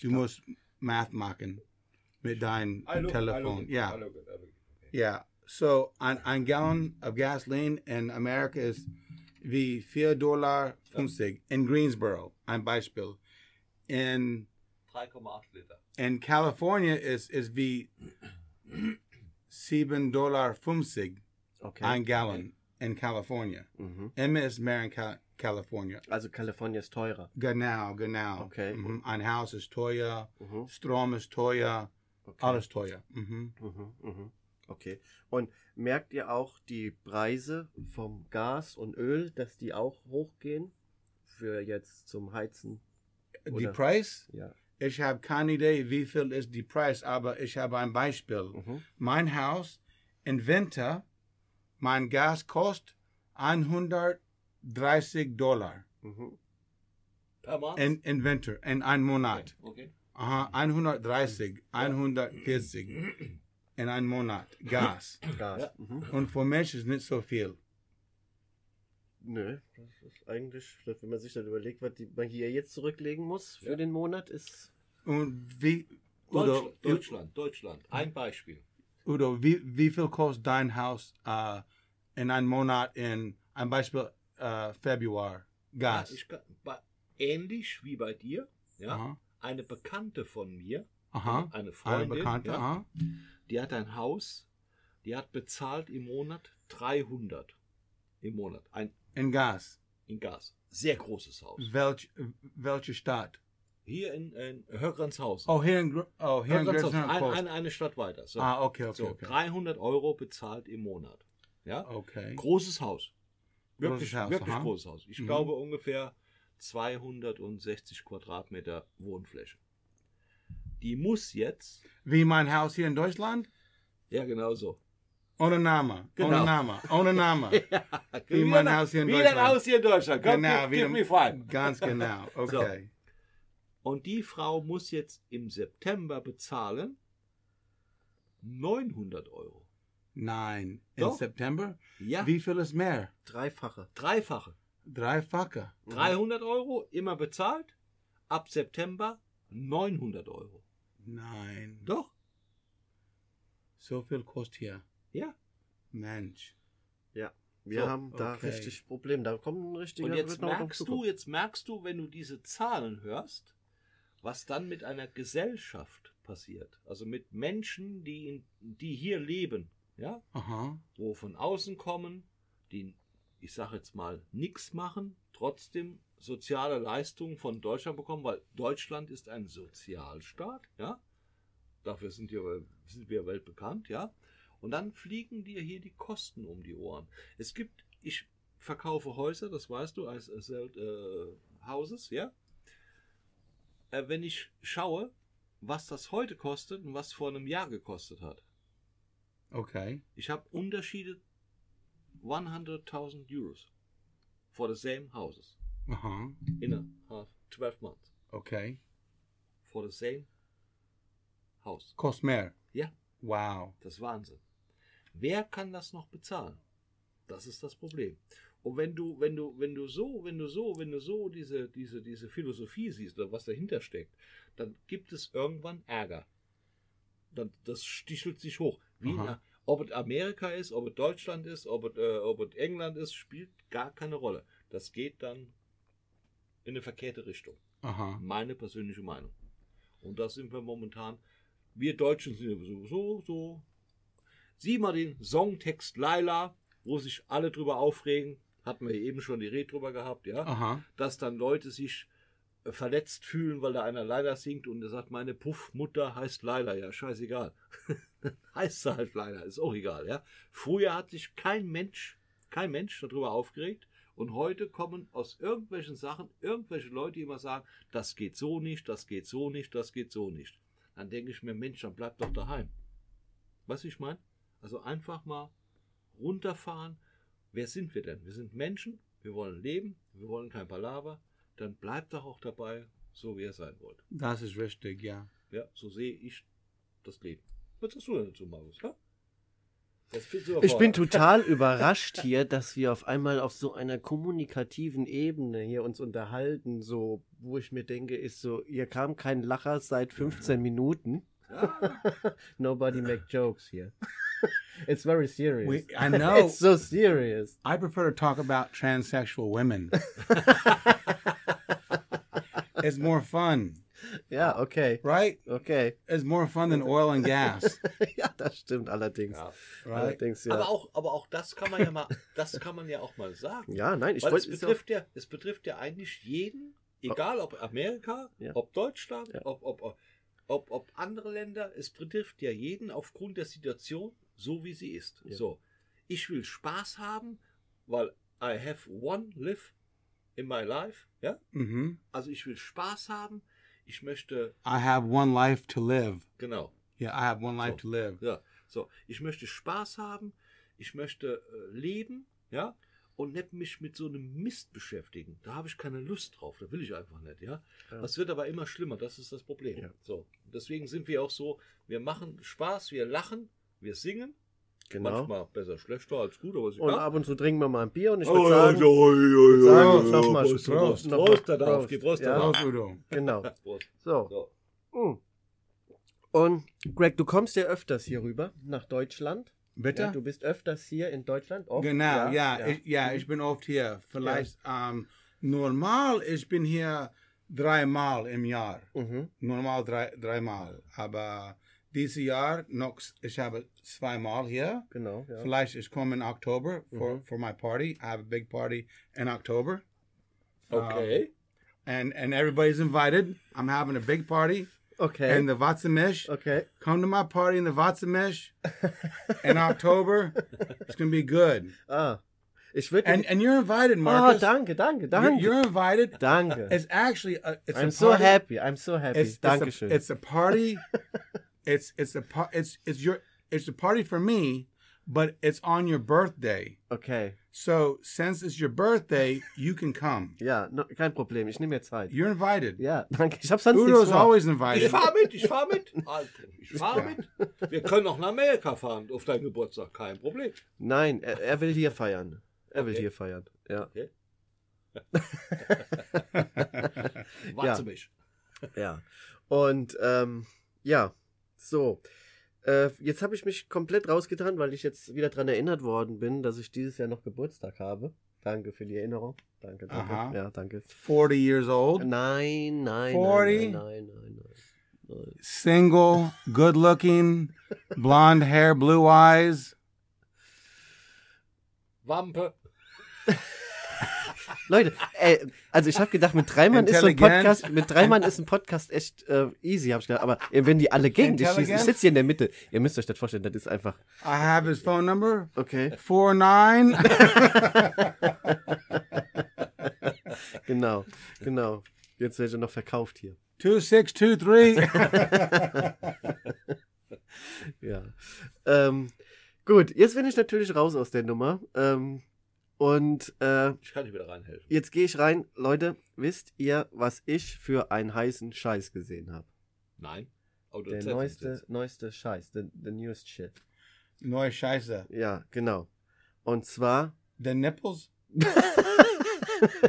Speaker 1: Du musst Math machen mit deinem
Speaker 3: Hallo, hallo,
Speaker 1: Telefon. Ja,
Speaker 3: hallo, hallo.
Speaker 1: ja. So ein, ein Gallon of gasoline in Amerika ist wie 4 Dollar 50 in Greensboro. Ein Beispiel. In,
Speaker 3: 3,8 Liter.
Speaker 1: in California ist, ist wie 7 Dollar 50
Speaker 2: Okay.
Speaker 1: ein Gallon in California.
Speaker 2: mhm.
Speaker 1: Emma ist mehr in Cal California.
Speaker 2: Also Kalifornien ist teurer.
Speaker 1: Genau, genau.
Speaker 2: Okay.
Speaker 1: Mhm. Ein Haus ist teuer,
Speaker 2: Mhm.
Speaker 1: Strom ist teuer,
Speaker 2: Okay.
Speaker 1: alles teuer. Mhm.
Speaker 2: Mhm. Mhm. Okay. Und merkt ihr auch die Preise vom Gas und Öl, dass die auch hochgehen? Für jetzt zum Heizen?
Speaker 1: Die
Speaker 2: Oder-
Speaker 1: Preis?
Speaker 2: Ja.
Speaker 1: Ich habe keine Idee, wie viel ist die Preis, aber ich habe ein Beispiel.
Speaker 2: Mhm.
Speaker 1: Mein Haus im Winter, mein Gas kostet 130 Dollar.
Speaker 2: Mhm.
Speaker 3: Per Monat?
Speaker 1: In, in Winter, in einem Monat.
Speaker 3: okay.
Speaker 1: Aha, 130, 140 in einem Monat Gas.
Speaker 2: Gas.
Speaker 3: Ja.
Speaker 2: Mhm.
Speaker 1: Und für mich ist nicht so viel.
Speaker 2: Nö, das ist eigentlich, wenn man sich dann überlegt, was die, man hier jetzt zurücklegen muss für
Speaker 3: Ja.
Speaker 2: den Monat, ist.
Speaker 1: Und wie, oder,
Speaker 3: Deutschland, Deutschland, Deutschland. Ein Beispiel.
Speaker 1: Udo, wie, wie viel kostet dein Haus äh, in einem Monat in, ein Beispiel, äh, Februar, Gas?
Speaker 3: Ja, ich kann, bei, ähnlich wie bei dir, ja,
Speaker 1: Aha,
Speaker 3: eine Bekannte von mir,
Speaker 1: aha.
Speaker 3: eine
Speaker 1: Eine
Speaker 3: Freundin,
Speaker 1: Bekannte,
Speaker 3: ja,
Speaker 1: aha.
Speaker 3: die hat ein Haus, die hat bezahlt im Monat 300 im Monat ein,
Speaker 1: In Gas.
Speaker 3: in Gas. Sehr großes Haus.
Speaker 1: Welch, welche Stadt?
Speaker 3: Hier in, in Höckernshausen.
Speaker 1: Oh, hier in, Gr- oh, hier in
Speaker 3: Höckernshausen,
Speaker 1: Griechenland
Speaker 3: ein,
Speaker 1: kostet.
Speaker 3: ein, eine Stadt weiter. So.
Speaker 1: ah, okay, okay,
Speaker 3: so,
Speaker 1: okay.
Speaker 3: 300 Euro bezahlt im Monat. Ja,
Speaker 1: Okay.
Speaker 3: großes Haus. Wirklich,
Speaker 1: Großes Haus,
Speaker 3: wirklich
Speaker 1: aha.
Speaker 3: großes Haus. Ich
Speaker 1: Mhm.
Speaker 3: glaube ungefähr 260 Quadratmeter Wohnfläche. Die muss jetzt,
Speaker 1: Wie mein Haus hier in Deutschland?
Speaker 3: ja genau so.
Speaker 1: Ohne Name, ohne
Speaker 3: Genau.
Speaker 1: Name, ohne Name.
Speaker 3: Wie
Speaker 1: mein
Speaker 3: ein-
Speaker 1: Haus hier in
Speaker 3: wie
Speaker 1: Deutschland.
Speaker 3: ein Haus hier in Deutschland. Komm,
Speaker 1: genau,
Speaker 3: give, give
Speaker 1: wie-
Speaker 3: me five.
Speaker 1: Ganz genau, okay.
Speaker 3: Und die Frau muss jetzt im September bezahlen 900 Euro.
Speaker 1: Nein, in
Speaker 3: Doch.
Speaker 1: September?
Speaker 3: Ja,
Speaker 1: Wie viel ist mehr?
Speaker 2: Dreifache. Mhm.
Speaker 3: dreifache.
Speaker 1: Dreifache.
Speaker 3: 300 Mhm. Euro immer bezahlt, ab September 900 Euro.
Speaker 1: Nein.
Speaker 3: Doch,
Speaker 1: So viel kostet hier.
Speaker 3: ja.
Speaker 1: Mensch.
Speaker 2: Wir
Speaker 3: So,
Speaker 2: haben da
Speaker 1: okay.
Speaker 2: richtig Probleme. Da kommt ein richtiger
Speaker 3: Und jetzt
Speaker 2: wird noch auf uns
Speaker 3: merkst du,
Speaker 2: zukommen.
Speaker 3: jetzt merkst du, wenn du diese Zahlen hörst, was dann mit einer Gesellschaft passiert. Also mit Menschen, die, in, die hier leben, ja,
Speaker 1: Aha.
Speaker 3: wo von außen kommen, die, ich sage jetzt mal, nichts machen, trotzdem soziale Leistungen von Deutschland bekommen, weil Deutschland ist ein Sozialstaat, ja. Dafür sind wir, sind wir weltbekannt, ja. Und dann fliegen dir hier die Kosten um die Ohren. Es gibt, ich verkaufe Häuser, das weißt du, als als, äh, Houses, ja. Äh, wenn ich schaue, was das heute kostet und was vor einem Jahr gekostet hat.
Speaker 1: Okay.
Speaker 3: Ich habe Unterschiede 100.000 Euros for the same houses
Speaker 1: Aha.
Speaker 3: in a half 12 months
Speaker 1: Okay.
Speaker 3: for the same house.
Speaker 1: Kost mehr.
Speaker 3: Ja.
Speaker 1: Wow.
Speaker 3: Das ist Wahnsinn. Wer kann das noch bezahlen? Das ist das Problem. Und wenn du, wenn du, wenn du so, wenn du so, wenn du so diese, diese, diese Philosophie siehst oder was dahinter steckt, dann gibt es irgendwann Ärger. Dann, das stichelt sich hoch. Wie
Speaker 1: Aha.
Speaker 3: na, ob es Amerika ist, ob es Deutschland ist, ob es, äh, ob es England ist, spielt gar keine Rolle. Das geht dann in eine verkehrte Richtung.
Speaker 1: Aha.
Speaker 3: Meine persönliche Meinung. Und da sind wir momentan. Wir Deutschen sind ja sowieso so. Sieh mal den Songtext Laila, wo sich alle drüber aufregen. Hatten wir eben schon die Rede drüber gehabt, ja.
Speaker 1: Aha.
Speaker 3: Dass dann Leute sich äh, verletzt fühlen, weil da einer Laila singt und er sagt, meine Puffmutter heißt Laila. Ja, scheißegal. heißt sie halt Laila, ist auch egal, ja. Früher hat sich kein Mensch, kein Mensch darüber aufgeregt. Und heute kommen aus irgendwelchen Sachen irgendwelche Leute, die immer sagen, das geht so nicht, das geht so nicht, das geht so nicht. Dann denke ich mir, Mensch, dann bleib doch daheim. Weißt du, wie ich meine? Also einfach mal runterfahren. Wer sind wir denn? Wir sind Menschen, wir wollen leben, wir wollen kein Palaver. Dann bleibt doch auch dabei, so wie ihr sein wollt.
Speaker 1: Das ist richtig, ja.
Speaker 3: Ja, so sehe ich das Leben. Was hast du denn dazu, Markus? Ja? Das findest du
Speaker 2: Ich bin
Speaker 3: hervorragend.
Speaker 2: total überrascht hier, dass wir auf einmal auf so einer kommunikativen Ebene hier uns unterhalten, so wo ich mir denke, ist so, hier kam kein Lacher seit 15 Minuten.
Speaker 3: ja,
Speaker 2: Nobody make jokes here. It's very serious.
Speaker 1: We, I know.
Speaker 2: It's so serious.
Speaker 1: I prefer to talk about transsexual women. it's more fun,
Speaker 2: Ja, okay.
Speaker 1: right?
Speaker 2: Okay.
Speaker 1: It's more fun than oil and gas,
Speaker 2: ja, das stimmt allerdings.
Speaker 3: ja.
Speaker 1: right?
Speaker 2: Allerdings, ja.
Speaker 3: Aber, auch, aber auch das kann man ja mal, das kann man ja auch mal sagen.
Speaker 2: ja, nein, ich
Speaker 3: Weil es
Speaker 2: wollte ist ja auch-
Speaker 3: betrifft ja, es betrifft ja eigentlich jeden, egal ob Amerika,
Speaker 2: Ja.
Speaker 3: ob Deutschland,
Speaker 2: Ja.
Speaker 3: ob, ob, ob, ob andere Länder, es betrifft ja jeden aufgrund der Situation, so wie sie ist.
Speaker 2: Ja.
Speaker 3: So, ich will Spaß haben, weil I have one live in my life. Ja?
Speaker 1: hmm
Speaker 3: Also ich will Spaß haben, ich möchte,
Speaker 1: I have one life to live.
Speaker 3: genau,
Speaker 1: Yeah, I have one life
Speaker 3: So.
Speaker 1: to live.
Speaker 3: ja, so, ich möchte Spaß haben, ich möchte äh, leben, ja, und nicht mich mit so einem Mist beschäftigen. Da habe ich keine Lust drauf, da will ich einfach nicht, ja.
Speaker 2: Ja.
Speaker 3: Das wird aber immer schlimmer, das ist das Problem.
Speaker 2: Ja.
Speaker 3: So, deswegen sind wir auch so, wir machen Spaß, wir lachen, wir singen,
Speaker 2: genau.
Speaker 3: manchmal besser schlechter als gut, aber ist
Speaker 2: Und
Speaker 3: egal.
Speaker 2: ab und zu trinken wir mal ein Bier und ich würde
Speaker 3: Oh,
Speaker 2: sagen,
Speaker 3: ja, oi, oi,
Speaker 2: sagen
Speaker 3: oi,
Speaker 2: wir
Speaker 3: oi,
Speaker 2: noch mal
Speaker 3: Prost,
Speaker 2: Prost,
Speaker 3: Prost,
Speaker 2: noch mal
Speaker 3: Prost, da drauf,
Speaker 2: Prost.
Speaker 3: geh Prost,
Speaker 2: Ja.
Speaker 3: da drauf.
Speaker 1: Those Udo.
Speaker 2: genau.
Speaker 3: Prost.
Speaker 2: So.
Speaker 3: So.
Speaker 2: Mm. Und Greg, du kommst ja öfters hier rüber nach Deutschland.
Speaker 1: Bitte?
Speaker 2: Ja, du bist öfters hier in Deutschland. Oft,
Speaker 1: Genau, ja,
Speaker 2: ja.
Speaker 1: Ich, ja, ich bin oft hier. Vielleicht ähm, normal, ich bin hier dreimal im Jahr.
Speaker 2: Mhm.
Speaker 1: Normal drei, dreimal. Aber dieses Jahr noch, ich habe zweimal hier.
Speaker 2: Genau, ja.
Speaker 1: Vielleicht ich komme in Oktober for,
Speaker 2: Mhm.
Speaker 1: for my party. I have a big party in October.
Speaker 3: Okay.
Speaker 1: And, and everybody's invited. I'm having a big party
Speaker 2: Okay.
Speaker 1: in the Vatsamesh.
Speaker 2: okay.
Speaker 1: Come to my party in the Vatsamesh in October. It's going to be good.
Speaker 2: Ah. Ich würde.
Speaker 1: And, and you're invited,
Speaker 2: Oh,
Speaker 1: Marcus.
Speaker 2: danke, danke,
Speaker 1: You're-
Speaker 2: danke.
Speaker 1: You're, invited.
Speaker 2: danke.
Speaker 1: It's actually a, it's
Speaker 2: I'm
Speaker 1: a
Speaker 2: so
Speaker 1: party.
Speaker 2: happy. I'm so happy.
Speaker 1: It's, it's a,
Speaker 2: Dankeschön.
Speaker 1: it's a party. it's it's a par- it's it's your it's a party for me, but it's on your birthday.
Speaker 2: okay.
Speaker 1: So since it's your birthday, you can come.
Speaker 2: Ja, no, kein Problem. Ich nehme mir Zeit.
Speaker 1: You're invited.
Speaker 2: Ja, danke. Ich habe sonst nichts
Speaker 1: Udo's
Speaker 2: vor.
Speaker 1: always
Speaker 3: Ich
Speaker 1: invited.
Speaker 3: fahr mit, ich fahr mit. Alter, ich fahr
Speaker 1: Ja.
Speaker 3: mit. Wir können auch nach Amerika fahren auf deinen Geburtstag, kein Problem.
Speaker 2: Nein, er, er will hier feiern. Er will
Speaker 3: Okay.
Speaker 2: hier feiern. Ja.
Speaker 3: Warte mich.
Speaker 2: Ja. Und ähm, ja, so. Äh, jetzt habe ich mich komplett rausgetan, weil ich jetzt wieder dran erinnert worden bin, dass ich dieses Jahr noch Geburtstag habe. Danke für die Erinnerung. Danke, danke.
Speaker 1: Aha.
Speaker 2: Ja, danke.
Speaker 1: 40 years old,
Speaker 2: Nein, nein,
Speaker 1: Forty.
Speaker 2: nein, nein, nein, nein, nein.
Speaker 1: single, good looking, blonde hair, blue eyes.
Speaker 3: Wampe.
Speaker 2: Leute, äh, also ich habe gedacht, mit drei Mann ist so ein
Speaker 1: Intelligent.
Speaker 2: Podcast, mit drei Mann ist ein Podcast echt äh, easy, habe ich gedacht. Aber äh, wenn die alle gegen dich schießen, ich
Speaker 1: Intelligent.
Speaker 2: sitze hier in der Mitte. Ihr müsst euch das vorstellen, das ist einfach.
Speaker 1: I have his phone number.
Speaker 2: Okay.
Speaker 1: Four nine.
Speaker 2: Genau, genau. Jetzt werde ich noch verkauft hier.
Speaker 1: 2623.
Speaker 2: Ja. Ähm, gut, jetzt bin ich natürlich raus aus der Nummer. Ähm, und äh,
Speaker 3: Ich kann nicht wieder reinhelfen.
Speaker 2: jetzt gehe ich rein. Leute, wisst ihr, was ich für einen heißen Scheiß gesehen habe?
Speaker 3: Nein. Aber du
Speaker 2: Der
Speaker 3: erzählst uns
Speaker 2: neueste, neueste Scheiß, the, the newest shit.
Speaker 1: Neue Scheiße.
Speaker 2: Ja, genau. Und zwar.
Speaker 1: The nipples?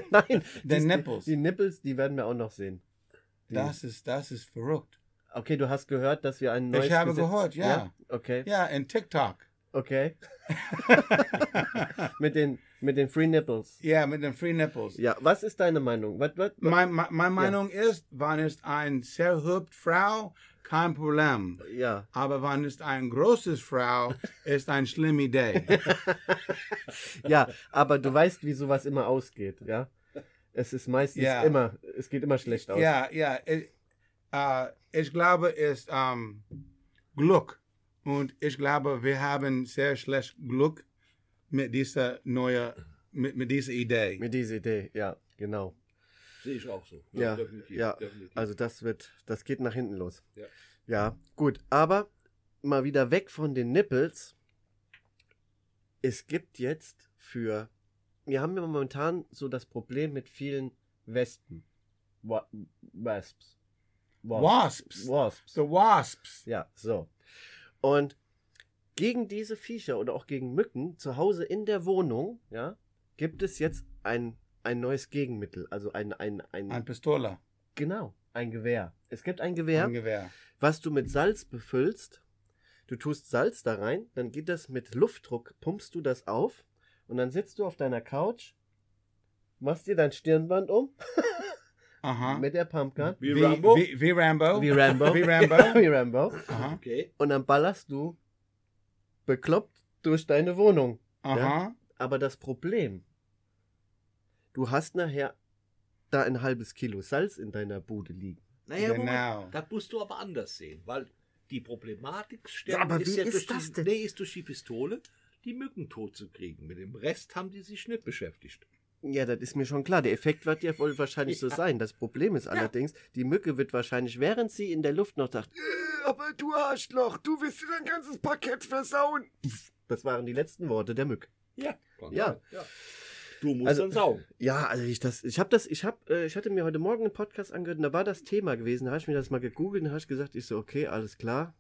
Speaker 2: Nein.
Speaker 1: The
Speaker 2: die-
Speaker 1: nipples.
Speaker 2: Die Nipples, die werden wir auch noch sehen. Die,
Speaker 1: Das ist, das ist verrückt.
Speaker 2: Okay, du hast gehört, dass wir einen neuen.
Speaker 1: ich habe gehört, ja.
Speaker 2: Okay,
Speaker 1: Ja, in TikTok.
Speaker 2: okay. mit, den, mit den Free Nipples.
Speaker 1: Ja, mit den Free Nipples.
Speaker 2: Ja, was ist deine Meinung? Was, was, was?
Speaker 1: Mein, mein, meine Meinung ist, wann ist ein sehr hübsche Frau, kein Problem.
Speaker 2: Ja.
Speaker 1: Aber wann ist ein großes Frau, ist ein schlimmer Day.
Speaker 2: Ja, aber du weißt, wie sowas immer ausgeht, ja? Es ist meistens
Speaker 1: Ja.
Speaker 2: immer, es geht immer schlecht aus.
Speaker 1: ja, ja. Ich, äh, ich glaube, es ist ähm, Glück. Und ich glaube, wir haben sehr schlecht Glück mit dieser neuen, mit, mit dieser Idee.
Speaker 2: Mit dieser Idee, ja, genau.
Speaker 3: Sehe ich auch so.
Speaker 2: Ja,
Speaker 3: definitiv,
Speaker 2: ja.
Speaker 3: definitiv.
Speaker 2: Also das wird, das geht nach hinten los.
Speaker 3: Ja.
Speaker 2: ja, gut. Aber mal wieder weg von den Nippels. Es gibt jetzt für, wir haben ja momentan so das Problem mit vielen Wespen. Wa Wasps.
Speaker 1: Wasps.
Speaker 2: Wasps.
Speaker 1: The Wasps.
Speaker 2: Ja, so. Und gegen diese Viecher oder auch gegen Mücken zu Hause in der Wohnung, ja, gibt es jetzt ein, ein neues Gegenmittel. Also ein, ein, ein,
Speaker 1: Ein Pistole.
Speaker 2: genau, ein Gewehr. Es gibt ein Gewehr,
Speaker 1: Ein Gewehr.
Speaker 2: was du mit Salz befüllst. Du tust Salz da rein, dann geht das mit Luftdruck, pumpst du das auf und dann sitzt du auf deiner Couch, machst dir dein Stirnband um
Speaker 1: Aha.
Speaker 2: mit der Pumpgun.
Speaker 3: Wie Rambo? Uh-huh.
Speaker 1: Wie, Ah. wie Uh-huh. Rambo.
Speaker 2: Wie Rambo.
Speaker 1: Wie Rambo.
Speaker 2: Wie Rambo.
Speaker 1: Aha.
Speaker 3: okay.
Speaker 2: und dann ballerst du bekloppt durch deine Wohnung.
Speaker 1: Aha.
Speaker 2: Aber das Problem, du hast nachher da ein halbes Kilo Salz in deiner Bude liegen.
Speaker 3: Naja,
Speaker 1: Genau.
Speaker 3: Moment, das musst du aber anders sehen, weil die Problematik stärker
Speaker 2: aber wie ist
Speaker 3: durch
Speaker 2: das
Speaker 3: die,
Speaker 2: denn?
Speaker 3: Nee, ist durch die Pistole, die Mücken tot zu kriegen. Mit dem Rest haben die sich nicht beschäftigt.
Speaker 2: Ja, das ist mir schon klar. Der Effekt wird ja wohl wahrscheinlich so sein. Das Problem ist allerdings, die Mücke wird wahrscheinlich, während sie in der Luft noch sagt, "Äh, aber du Arschloch, du wirst dir dein ganzes Parkett versauen. Pff, Das waren die letzten Worte der Mücke.
Speaker 3: Ja. kann
Speaker 2: Ja.
Speaker 3: sein, ja. Du musst
Speaker 2: Also-
Speaker 3: dann saugen.
Speaker 2: Ja, also ich das, ich habe das, ich hab, äh, ich hatte mir heute Morgen einen Podcast angehört, und da war das Thema gewesen, da habe ich mir das mal gegoogelt und habe ich gesagt, ich so, okay, alles klar.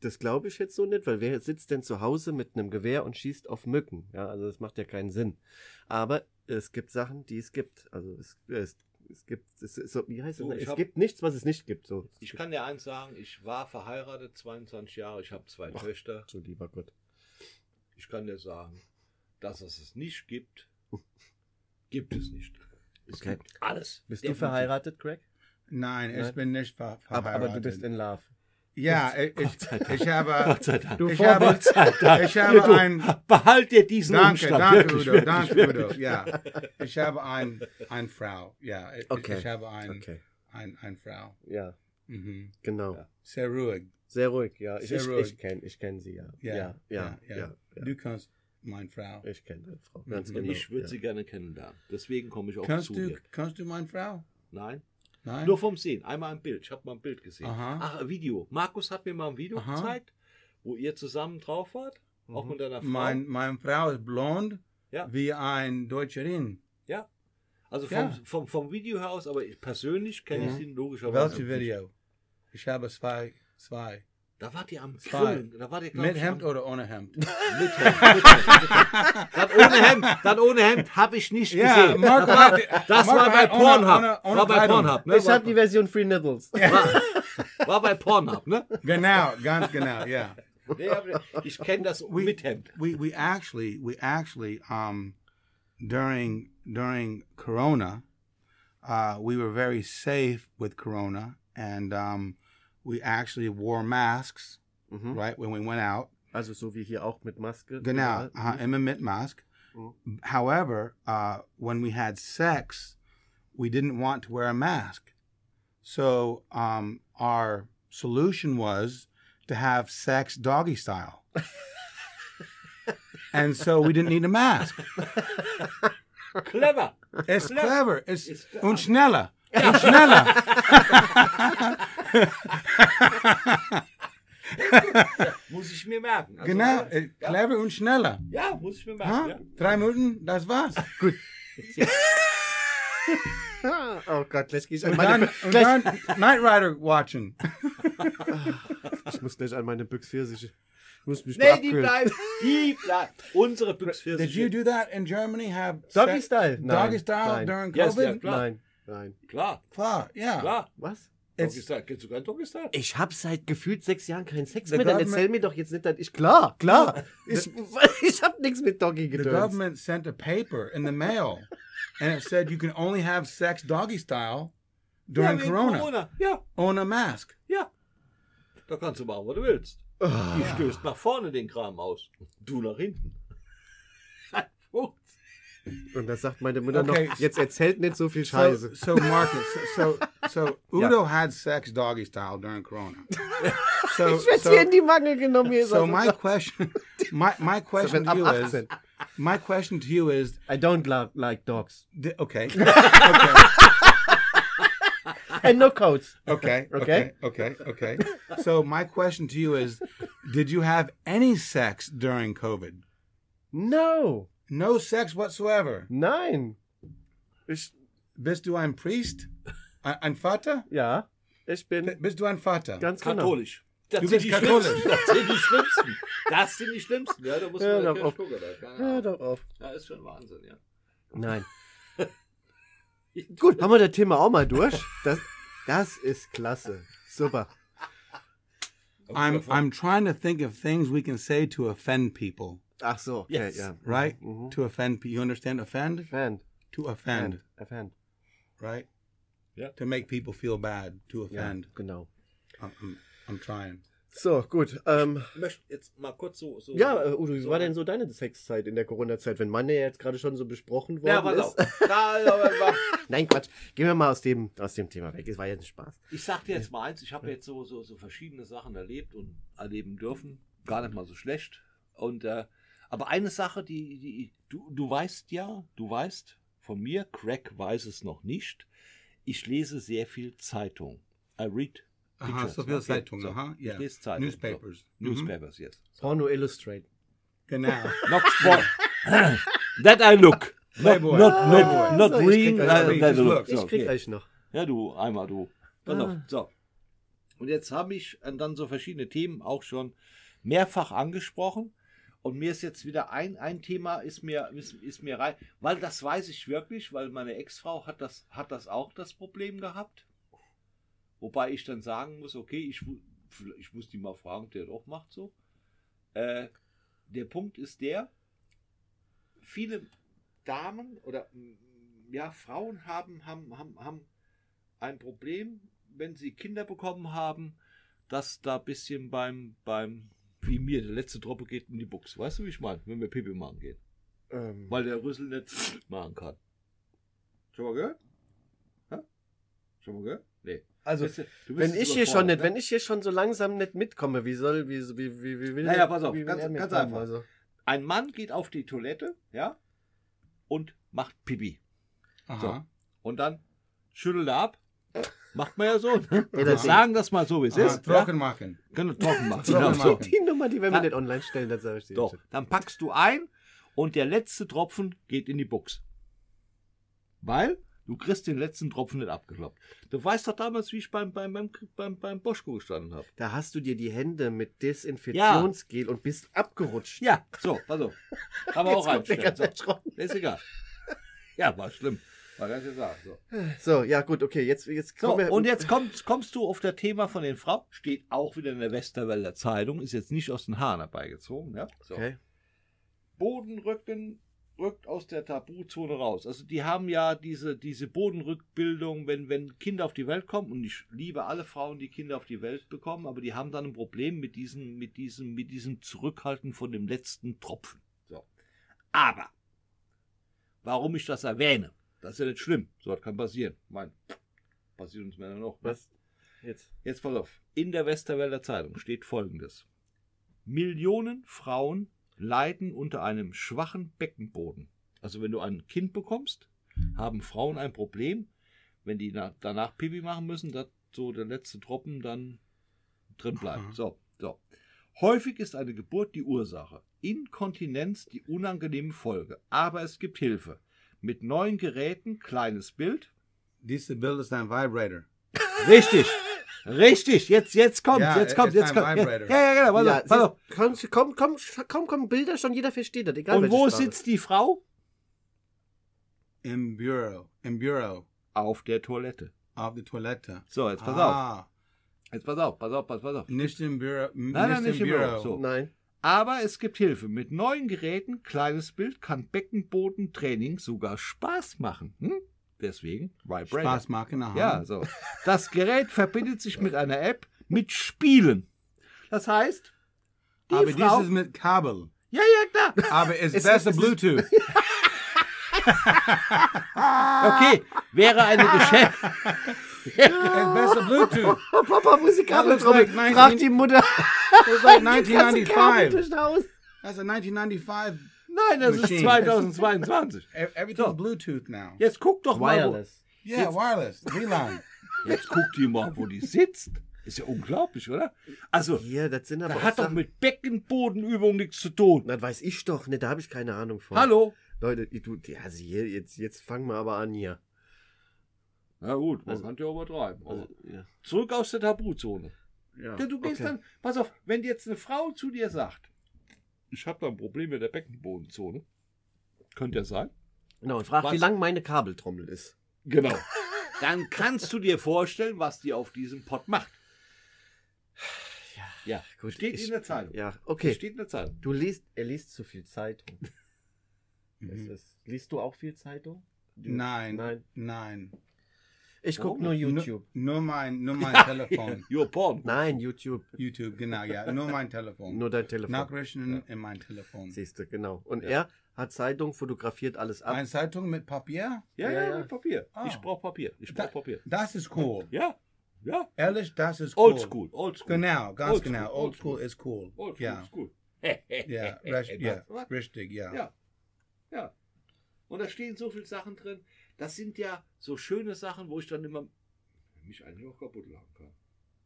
Speaker 2: Das glaube ich jetzt so nicht, weil wer sitzt denn zu Hause mit einem Gewehr und schießt auf Mücken? Ja, also das macht ja keinen Sinn. Aber es gibt Sachen, die es gibt. Also es, es, es gibt, es, es, so, wie heißt
Speaker 3: Du,
Speaker 2: es?
Speaker 3: ich
Speaker 2: Es
Speaker 3: hab-
Speaker 2: gibt nichts, was es nicht gibt. So,
Speaker 3: Ich kann dir eins sagen, ich war verheiratet, 22 Jahre, ich habe zwei Töchter.
Speaker 2: so lieber Gott.
Speaker 3: Ich kann dir sagen, dass es es nicht gibt, gibt es nicht. Es
Speaker 2: Okay.
Speaker 3: gibt alles.
Speaker 2: Bist du
Speaker 3: Definitiv.
Speaker 2: verheiratet, Craig?
Speaker 1: Nein, ich
Speaker 2: Nein.
Speaker 1: bin nicht ver
Speaker 2: Aber,
Speaker 1: verheiratet.
Speaker 2: aber du bist in Love.
Speaker 1: Ja, ich, ich, ich habe.
Speaker 3: Gott sei Dank.
Speaker 1: Du
Speaker 3: Ich
Speaker 1: Vorbild.
Speaker 3: habe- Gott sei Dank.
Speaker 1: Ich habe
Speaker 3: Ja, du,
Speaker 1: ein-
Speaker 3: Behalt dir diesen
Speaker 1: Danke,
Speaker 3: Umstand.
Speaker 1: danke,
Speaker 3: wirklich,
Speaker 1: Udo,
Speaker 3: wirklich,
Speaker 1: danke,
Speaker 3: wirklich.
Speaker 1: Udo. Ja, ich habe ein, ein Frau. Ja, ich,
Speaker 2: Okay.
Speaker 1: ich habe ein,
Speaker 2: Okay.
Speaker 1: ein, ein Frau.
Speaker 2: Ja,
Speaker 1: Mhm.
Speaker 2: genau.
Speaker 3: Ja.
Speaker 1: Sehr ruhig.
Speaker 2: Sehr ruhig, ja. Ich,
Speaker 1: Sehr
Speaker 2: ich,
Speaker 1: ruhig.
Speaker 2: ich kenne ich kenn sie, ja.
Speaker 1: Ja,
Speaker 2: Ja, ja,
Speaker 1: ja,
Speaker 2: ja.
Speaker 1: ja.
Speaker 2: ja,
Speaker 1: Du kannst meine Frau.
Speaker 2: Ich kenne deine Frau. Ganz
Speaker 1: Mhm.
Speaker 2: genau.
Speaker 3: Ich würde
Speaker 2: ja.
Speaker 3: sie gerne kennenlernen. Deswegen komme ich auch
Speaker 1: Kannst
Speaker 3: zu
Speaker 1: du,
Speaker 3: dir.
Speaker 1: kannst du meine Frau?
Speaker 3: Nein?
Speaker 1: Nein?
Speaker 3: Nur vom Sehen. Einmal ein Bild. Ich habe mal ein Bild gesehen.
Speaker 1: Aha.
Speaker 3: Ach, ein Video. Markus hat mir mal ein Video
Speaker 1: Aha.
Speaker 3: gezeigt, wo ihr zusammen drauf wart. Auch
Speaker 2: Mhm.
Speaker 3: mit deiner Frau.
Speaker 1: Mein, meine Frau ist blond
Speaker 3: Ja.
Speaker 1: wie ein Deutscherin.
Speaker 3: ja. Also vom,
Speaker 1: Ja.
Speaker 3: vom, vom Video her aus, aber ich persönlich kenne
Speaker 1: Mhm.
Speaker 3: ich ihn logischerweise.
Speaker 1: Welches
Speaker 3: nicht.
Speaker 1: Video? Ich habe zwei. zwei.
Speaker 3: Da wart ihr am
Speaker 1: Zwei.
Speaker 3: Grillen. Da wart ihr, glaub
Speaker 1: Mit
Speaker 3: ich,
Speaker 1: Hemd
Speaker 3: am-
Speaker 1: oder ohne Hemd?
Speaker 3: Mit Hemd. Mit Hemd. mit Hemd. das ohne Hemd. Das ohne Hemd habe ich nicht gesehen.
Speaker 1: Marco hat-
Speaker 3: Das
Speaker 1: Marco
Speaker 3: war bei
Speaker 1: hat ohne-
Speaker 3: Pornhub.
Speaker 1: ohne- ohne
Speaker 3: war bei
Speaker 1: Kleidung.
Speaker 3: Pornhub. Ne?
Speaker 2: Ich habe die Version Free Nibbles.
Speaker 3: war, War bei Pornhub, ne?
Speaker 1: Genau, ganz genau, yeah.
Speaker 3: Nee, aber ich kenne das
Speaker 1: We-
Speaker 3: mit Hemd.
Speaker 1: We we actually we actually um during during Corona, uh, we were very safe with Corona, and um, we actually wore masks
Speaker 2: Mhm.
Speaker 1: right when we went out.
Speaker 2: Also so wie hier auch mit Maske.
Speaker 1: Genau,
Speaker 2: Ja.
Speaker 1: uh, immer mit Mask.
Speaker 2: Mhm.
Speaker 3: Mm-hmm.
Speaker 1: However, uh, when we had sex, we didn't want to wear a mask. So um, our solution was to have sex doggy style. and so we didn't need a mask.
Speaker 3: Clever.
Speaker 1: It's clever. It's
Speaker 3: It's clever.
Speaker 1: und schneller. Und schneller.
Speaker 3: Muss ich mir merken. Also,
Speaker 1: genau,
Speaker 3: Ja,
Speaker 1: äh, clever und schneller.
Speaker 3: ja, muss ich mir
Speaker 1: Ha?
Speaker 3: merken. Ja.
Speaker 1: Drei Minuten, das war's. Gut.
Speaker 2: Oh Gott, gleich gehe ich an
Speaker 1: Und
Speaker 2: meine
Speaker 1: dann,
Speaker 2: Bü-
Speaker 1: und
Speaker 2: gleich,
Speaker 1: dann Knight Rider watching.
Speaker 2: Ich muss gleich an meine Büchsfirsiche. Ich muss mich mal
Speaker 3: Nee, die
Speaker 2: abkühlen.
Speaker 3: bleibt. Die bleibt. Unsere Büchsfirsiche.
Speaker 1: Did you do that in Germany? Have
Speaker 2: Doggy
Speaker 1: sex-
Speaker 2: Style?
Speaker 1: doggy
Speaker 2: Nein,
Speaker 1: style
Speaker 2: nein.
Speaker 1: during
Speaker 3: Yes,
Speaker 1: COVID?
Speaker 3: yeah, klar.
Speaker 2: Nein, nein.
Speaker 3: Klar,
Speaker 1: Klar, yeah.
Speaker 3: klar.
Speaker 2: Was?
Speaker 1: It's-
Speaker 3: Doggy-Style. Kennst du keinen Doggy-Style?
Speaker 2: Ich habe seit gefühlt sechs Jahren keinen Sex
Speaker 1: The
Speaker 2: mehr. Dann
Speaker 1: government-
Speaker 2: erzähl mir doch jetzt nicht, dass ich. Klar, klar. Ich, ich habe nichts mit Doggy
Speaker 1: The
Speaker 2: gedöns.
Speaker 1: government sent a paper in the mail, and it said you can only have sex doggy style during
Speaker 3: ja, wegen
Speaker 1: Corona,
Speaker 3: Ja,
Speaker 1: on a mask.
Speaker 3: ja. Da kannst du machen, was du willst.
Speaker 2: Ah.
Speaker 3: Die stößt nach vorne den Kram aus. Du nach hinten. Oh,
Speaker 2: Und das sagt meine Mutter
Speaker 1: Okay.
Speaker 2: noch. Jetzt erzählt nicht so viel
Speaker 1: So,
Speaker 2: Scheiße.
Speaker 1: so Marcus, so so, so Udo had sex doggy style during Corona. So
Speaker 2: ich werde hier in
Speaker 1: so,
Speaker 2: die Mangel genommen. Hier ist
Speaker 1: so
Speaker 2: also-
Speaker 1: my question, my my question to
Speaker 2: ab
Speaker 1: you is,
Speaker 2: 18.
Speaker 1: my question to you is,
Speaker 2: I don't la- like dogs.
Speaker 1: di- okay, okay.
Speaker 2: And no coats.
Speaker 1: Okay.
Speaker 2: Okay.
Speaker 1: Okay. Okay. Okay. so my question to you is, did you have any sex during COVID?
Speaker 2: No.
Speaker 1: No sex whatsoever.
Speaker 2: Nein. Ich,
Speaker 1: Bist du ein Priest? Ein ein Vater?
Speaker 2: ja, ich bin
Speaker 1: Bist du ein Vater?
Speaker 2: ganz genau.
Speaker 3: katholisch. Das
Speaker 1: Du
Speaker 3: sind
Speaker 1: bist
Speaker 3: die
Speaker 1: katholisch.
Speaker 3: Schlimmsten. Das sind die Schlimmsten. Das sind die Schlimmsten. Ja, da muss
Speaker 2: Ja,
Speaker 3: man
Speaker 2: doch,
Speaker 3: ja,
Speaker 2: auf.
Speaker 3: gucken. Da, keine
Speaker 2: Hör
Speaker 3: Ahnung.
Speaker 2: doch auf.
Speaker 3: ja, ist schon Wahnsinn, ja.
Speaker 2: Nein. Gut, haben wir das Thema auch mal durch. Das, das ist klasse. Super.
Speaker 1: I'm I'm trying to think of things we can say to offend people,
Speaker 2: Ach so, okay,
Speaker 3: Yes.
Speaker 2: ja.
Speaker 1: right?
Speaker 2: Mhm.
Speaker 1: To offend, pe- you understand offend?
Speaker 2: Fan.
Speaker 1: To
Speaker 2: Fan.
Speaker 1: offend,
Speaker 2: Fan.
Speaker 1: right?
Speaker 3: Yeah.
Speaker 1: To make people feel bad. To
Speaker 2: Ja,
Speaker 1: offend.
Speaker 2: genau.
Speaker 1: I'm, I'm, I'm trying.
Speaker 2: So, gut. Ähm,
Speaker 3: Ich möchte jetzt mal kurz so. so
Speaker 2: ja, äh, Udo, wie
Speaker 3: so-
Speaker 2: war denn so deine Sexzeit in der Corona-Zeit, wenn meine ja jetzt gerade schon so besprochen worden
Speaker 3: Ja, pass auf.
Speaker 2: ist?
Speaker 3: Da, da, da.
Speaker 2: Nein, Quatsch. Gehen wir mal aus dem, aus dem Thema weg. Es war jetzt ein Spaß.
Speaker 3: Ich sag dir jetzt mal eins, ich habe jetzt so, so, so verschiedene Sachen erlebt und erleben dürfen. Gar nicht mal so schlecht. Und äh, aber eine Sache, die, die du, du weißt ja, du weißt von mir, Craig weiß es noch nicht. Ich lese sehr viel Zeitung. I read
Speaker 1: Aha,
Speaker 3: pictures.
Speaker 1: so viel
Speaker 3: Okay,
Speaker 1: Zeitung,
Speaker 3: Uh-huh, so.
Speaker 1: aha,
Speaker 3: Ich
Speaker 1: yeah.
Speaker 3: lese Zeitung.
Speaker 1: Newspapers. Mm-hmm.
Speaker 3: So. Newspapers,
Speaker 2: Mhm.
Speaker 3: yes.
Speaker 2: Porno Illustrate.
Speaker 1: Genau.
Speaker 3: Not sport. That I look. Not,
Speaker 1: Playboy.
Speaker 3: not,
Speaker 2: Ah,
Speaker 3: not, not äh,
Speaker 2: so, ich
Speaker 3: reading.
Speaker 2: krieg euch
Speaker 1: noch.
Speaker 3: that- that I
Speaker 1: Look,
Speaker 3: look.
Speaker 2: Ich
Speaker 3: So,
Speaker 2: krieg
Speaker 3: okay.
Speaker 2: euch noch.
Speaker 3: Ja, du, einmal du. Pass
Speaker 2: Ah.
Speaker 3: auf. So. Und jetzt habe ich äh, dann so verschiedene Themen auch schon mehrfach angesprochen. Und mir ist jetzt wieder ein, ein Thema ist mir, ist, ist mir rein, weil das weiß ich wirklich, weil meine Ex-Frau hat das, hat das auch das Problem gehabt. Wobei ich dann sagen muss, okay, ich, wu- ich muss die mal fragen, ob der doch macht so. Äh, der Punkt ist der, viele Damen oder mm, ja, Frauen haben, haben, haben, haben ein Problem, wenn sie Kinder bekommen haben, dass da ein bisschen beim, beim, wie mir, der letzte Droppe geht in die Buchs. Weißt du, wie ich meine, wenn wir Pipi machen gehen?
Speaker 2: Ähm,
Speaker 3: Weil der Rüssel nicht machen kann. Schon mal gehört? Hä? Schon mal gehört? Nee.
Speaker 2: also,
Speaker 3: Weißt du, du bist
Speaker 2: wenn
Speaker 3: jetzt
Speaker 2: ich hier schon
Speaker 3: überfordert,
Speaker 2: nicht,
Speaker 3: ne?
Speaker 2: wenn ich hier schon so langsam nicht mitkomme, wie soll, wie, wie, wie, wie will
Speaker 3: Naja, pass auf,
Speaker 2: wie will
Speaker 3: ganz-
Speaker 2: er mir
Speaker 3: ganz
Speaker 2: kommen?
Speaker 3: einfach.
Speaker 2: Also,
Speaker 3: Ein Mann geht auf die Toilette, ja, und macht Pipi.
Speaker 1: Aha.
Speaker 3: Und dann schüttelt er ab. Macht man ja so. Ne?
Speaker 2: Ja,
Speaker 3: Wir
Speaker 2: das-
Speaker 3: sagen das mal so, wie es
Speaker 1: Aha,
Speaker 3: ist. Ja?
Speaker 1: trocken machen.
Speaker 3: Können wir trocken machen.
Speaker 1: Trocken
Speaker 3: Genau so.
Speaker 1: machen.
Speaker 2: die Nummer, die werden wir
Speaker 3: Da-
Speaker 2: nicht online stellen, das sage ich dir.
Speaker 3: Doch,
Speaker 2: jetzt schon.
Speaker 3: dann packst du ein und der letzte Tropfen geht in die Box. Weil du kriegst den letzten Tropfen nicht abgeklappt. Du weißt doch damals, wie ich beim, beim, beim, beim, beim Boschko gestanden habe.
Speaker 2: Da hast du dir die Hände mit Desinfektionsgel und bist abgerutscht.
Speaker 3: Ja, so, also. Haben wir auch
Speaker 2: Jetzt kommt der
Speaker 3: einstellen.
Speaker 2: ganze
Speaker 3: So,
Speaker 2: Schrott.
Speaker 3: ist egal. Ja, war schlimm. War Hat er gesagt. So.
Speaker 2: So, ja gut, okay, jetzt, jetzt
Speaker 3: So,
Speaker 2: kommen wir-
Speaker 3: und jetzt kommst, kommst du auf das Thema von den Frauen. Steht auch wieder in der Westerwälder Zeitung, ist jetzt nicht aus den Haaren herbeigezogen. Ja? So.
Speaker 2: Okay.
Speaker 3: Bodenrücken rückt aus der Tabuzone raus. Also die haben ja diese, diese Bodenrückbildung, wenn, wenn Kinder auf die Welt kommen, und ich liebe alle Frauen, die Kinder auf die Welt bekommen, aber die haben dann ein Problem mit diesem, mit diesem, mit diesem Zurückhalten von dem letzten Tropfen. So. Aber warum ich das erwähne, das ist ja nicht schlimm. So was kann passieren. Mein, passiert uns Männer noch. ne?
Speaker 2: Was? Jetzt.
Speaker 3: Jetzt pass auf. In der Westerwälder Zeitung steht folgendes. Millionen Frauen leiden unter einem schwachen Beckenboden. Also wenn du ein Kind bekommst, haben Frauen ein Problem, wenn die na- danach Pipi machen müssen, dass so der letzte Tropfen dann drin
Speaker 1: Mhm.
Speaker 3: bleibt. So, so. Häufig ist eine Geburt die Ursache. Inkontinenz die unangenehme Folge. Aber es gibt Hilfe. Mit neuen Geräten, kleines Bild,
Speaker 1: Diese Bill ist ein Vibrator.
Speaker 3: Richtig. Richtig, jetzt, jetzt kommt,
Speaker 1: Ja,
Speaker 3: jetzt kommt,
Speaker 1: ist
Speaker 3: jetzt
Speaker 1: ein
Speaker 3: kommt. Ja,
Speaker 1: Vibrator.
Speaker 3: ja, ja, genau. Pass
Speaker 2: Ja,
Speaker 3: auf, pass auf.
Speaker 2: siehst- komm, komm, komm, sch- komm, komm, Bilder schon, jeder versteht das, egal
Speaker 3: Und
Speaker 2: welche
Speaker 3: wo
Speaker 2: Sprache.
Speaker 3: sitzt die Frau?
Speaker 1: Im Bureau. Im Bureau.
Speaker 3: Auf der Toilette.
Speaker 1: Auf der Toilette.
Speaker 3: So, jetzt pass auf.
Speaker 1: ah,
Speaker 3: Jetzt pass auf, pass auf, pass, pass auf.
Speaker 1: Nicht im Bureau. Nicht,
Speaker 3: nein, nicht
Speaker 1: im
Speaker 3: im
Speaker 1: Bureau.
Speaker 3: Bureau, so.
Speaker 2: Nein.
Speaker 3: Aber es gibt Hilfe. Mit neuen Geräten, kleines Bild, kann Beckenbodentraining sogar Spaß machen. Hm? Deswegen Vibrator.
Speaker 1: Spaß machen. Aha.
Speaker 3: Ja, so. Das Gerät verbindet sich mit einer App mit Spielen. Das heißt, die
Speaker 1: Aber
Speaker 3: Frau...
Speaker 1: dieses mit Kabel.
Speaker 3: ja, ja, klar.
Speaker 1: Aber es ist
Speaker 2: Es ist-
Speaker 1: besser
Speaker 2: es ist-
Speaker 1: Bluetooth.
Speaker 3: Okay, wäre eine Geschäft...
Speaker 1: Es ist besser Bluetooth.
Speaker 2: Oh, Papa, wo ist die Kabeltrommel?
Speaker 1: like 19
Speaker 2: Frag die Mutter.
Speaker 1: It's like
Speaker 2: Die ganzen
Speaker 1: 1995.
Speaker 2: Kabel durch das Haus.
Speaker 1: That's a 1995.
Speaker 3: Nein, das ist
Speaker 1: Machine.
Speaker 3: 2022.
Speaker 1: E- Everything's Bluetooth now.
Speaker 3: Jetzt guck doch mal.
Speaker 2: Wireless.
Speaker 1: Yeah, wireless. WLAN.
Speaker 3: Wo, jetzt guck die mal, wo die sitzt. Ist ja unglaublich, oder? Also,
Speaker 2: Hier, das sind aber
Speaker 3: da
Speaker 2: auch
Speaker 3: hat doch
Speaker 2: Sachen-
Speaker 3: mit Beckenbodenübung nichts zu tun.
Speaker 2: Das weiß ich doch nicht, da habe ich keine Ahnung von.
Speaker 3: Hallo?
Speaker 2: Leute, ihr- du, ja, also hier, jetzt, jetzt fangen wir aber an hier.
Speaker 3: Na gut,
Speaker 2: Also-
Speaker 3: kann ja übertreiben.
Speaker 2: Also,
Speaker 3: aber- Zurück aus der Tabuzone.
Speaker 2: ja.
Speaker 3: Oh, Du gehst
Speaker 2: okay.
Speaker 3: dann, pass auf, wenn jetzt eine Frau zu dir sagt, ich habe da ein Problem mit der Beckenbodenzone. Könnte ja sein.
Speaker 2: Genau, und frag,
Speaker 3: Was?
Speaker 2: wie lang meine Kabeltrommel ist.
Speaker 3: Genau. Dann kannst du dir vorstellen, was die auf diesem Pott macht. Ja,
Speaker 2: Gut,
Speaker 3: steht
Speaker 2: ich-
Speaker 3: in der Zeitung.
Speaker 2: Ja, okay.
Speaker 3: Steht Mhm. in der Zeitung.
Speaker 2: Du liest, er liest zu viel Zeitung. Es
Speaker 1: Mhm.
Speaker 2: ist, liest du auch viel Zeitung? Du-
Speaker 1: Nein,
Speaker 2: Nein.
Speaker 1: nein.
Speaker 2: Ich guck
Speaker 3: Warum?
Speaker 2: nur
Speaker 1: Nur-
Speaker 2: YouTube.
Speaker 1: Nur mein, nur mein Telefon.
Speaker 3: Your porn.
Speaker 2: Nein, YouTube.
Speaker 1: YouTube, genau, ja. Nur mein Telefon.
Speaker 2: Nur dein Telefon.
Speaker 1: Nachrichten in mein Telefon.
Speaker 2: Siehst du, genau. Und er hat Zeitung, fotografiert alles ab.
Speaker 1: Eine Zeitung mit Papier?
Speaker 2: Ja,
Speaker 3: Ja, ja,
Speaker 2: ja.
Speaker 3: mit Papier.
Speaker 1: Ah.
Speaker 3: Ich brauch Papier. Ich
Speaker 1: Da-
Speaker 3: brauch Papier.
Speaker 1: Das ist cool.
Speaker 3: Ja, ja.
Speaker 1: Ehrlich, das ist cool.
Speaker 3: Oldschool, oldschool.
Speaker 1: Genau, ganz
Speaker 3: Oldschool,
Speaker 1: genau. Old
Speaker 3: oldschool.
Speaker 1: school is cool.
Speaker 3: Oldschool
Speaker 1: ja.
Speaker 3: ist gut.
Speaker 1: Ja,
Speaker 3: Ey,
Speaker 1: recht, ja,
Speaker 3: was?
Speaker 1: richtig, ja.
Speaker 3: Ja. Ja. Und da stehen so viele Sachen drin. Das sind ja so schöne Sachen, wo ich dann immer mich eigentlich auch kaputt lachen kann.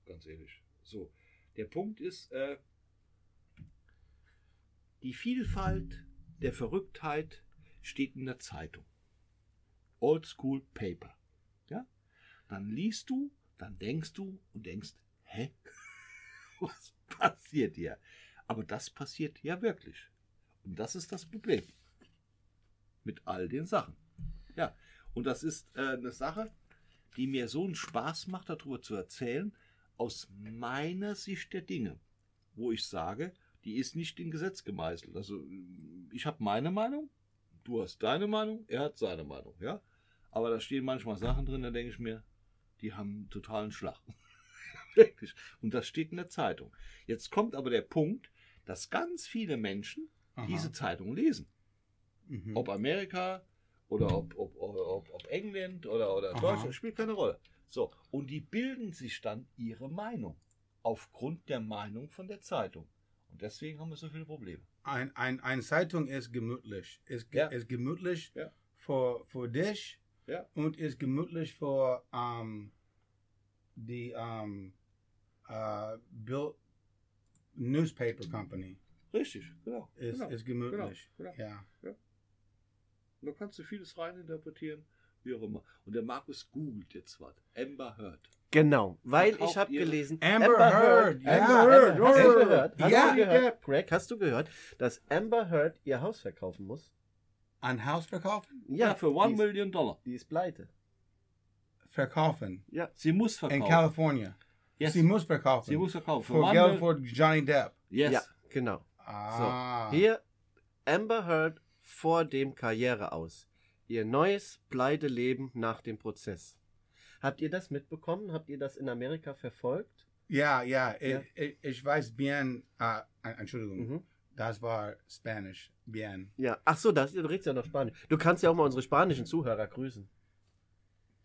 Speaker 3: Ganz ehrlich. So. Der Punkt ist, äh, die Vielfalt der Verrücktheit steht in der Zeitung. Oldschool Paper. Ja? Dann liest du, dann denkst du und denkst, hä? Was passiert hier? Aber das passiert ja wirklich. Und das ist das Problem. Mit all den Sachen. Ja, und das ist äh, eine Sache, die mir so einen Spaß macht, darüber zu erzählen, aus meiner Sicht der Dinge, wo ich sage, die ist nicht in Gesetz gemeißelt. Also ich habe meine Meinung, du hast deine Meinung, er hat seine Meinung, ja. Aber da stehen manchmal Sachen drin, da denke ich mir, die haben einen totalen Schlag. Wirklich. Und das steht in der Zeitung. Jetzt kommt aber der Punkt, dass ganz viele Menschen
Speaker 1: Aha.
Speaker 3: diese Zeitung lesen.
Speaker 1: Mhm.
Speaker 3: Ob Amerika oder ob, ob, ob, ob England oder, oder
Speaker 1: Aha.
Speaker 3: Deutschland, spielt keine Rolle. So, und die bilden sich dann ihre Meinung. Aufgrund der Meinung von der Zeitung. Und deswegen haben wir so viele Probleme.
Speaker 1: Ein, ein, eine Zeitung ist gemütlich. Ist, ge
Speaker 3: Ja.
Speaker 1: ist gemütlich
Speaker 3: Ja.
Speaker 1: für, für dich
Speaker 3: Ja.
Speaker 1: und ist gemütlich für ähm, die ähm, äh, Bill Newspaper Company.
Speaker 3: Richtig, genau.
Speaker 1: Ist,
Speaker 3: genau.
Speaker 1: ist gemütlich.
Speaker 3: genau.
Speaker 1: Ja.
Speaker 3: Da kannst du vieles reininterpretieren, wie auch immer. Und der Markus googelt jetzt was. Amber Heard.
Speaker 2: Genau, weil
Speaker 3: Verkauft
Speaker 2: ich habe
Speaker 3: ihre-
Speaker 2: gelesen.
Speaker 1: Amber Heard, ja.
Speaker 2: Amber
Speaker 1: Amber
Speaker 2: Heard. oh. Hast du
Speaker 1: Heard.
Speaker 2: gehört? Hast
Speaker 1: Ja.
Speaker 2: du gehört? Greg, hast du gehört, dass Amber Heard ihr Haus verkaufen muss?
Speaker 1: Ein Haus verkaufen?
Speaker 3: Ja, für
Speaker 2: die
Speaker 3: 1
Speaker 2: ist-
Speaker 3: Million Dollar.
Speaker 2: Die ist pleite.
Speaker 1: Verkaufen.
Speaker 3: Ja, sie muss
Speaker 1: In
Speaker 3: verkaufen.
Speaker 1: California.
Speaker 3: Yes.
Speaker 1: Sie muss verkaufen.
Speaker 3: Sie muss verkaufen. Für
Speaker 1: Für
Speaker 3: one
Speaker 1: Geld
Speaker 3: mil-
Speaker 1: für Johnny Depp.
Speaker 3: Yes.
Speaker 2: Ja, genau.
Speaker 1: Ah.
Speaker 2: Hier Amber Heard vor dem Karriere aus. Ihr neues Pleiteleben nach dem Prozess. Habt ihr das mitbekommen? Habt ihr das in Amerika verfolgt?
Speaker 1: Ja, ja. Ich,
Speaker 2: Ja.
Speaker 1: Ich, ich weiß bien. ah, Entschuldigung,
Speaker 2: Mhm.
Speaker 1: das war Spanisch. Bien.
Speaker 2: Ja. Ach so, das, du redest ja noch Spanisch. Du kannst ja auch mal unsere spanischen Zuhörer grüßen.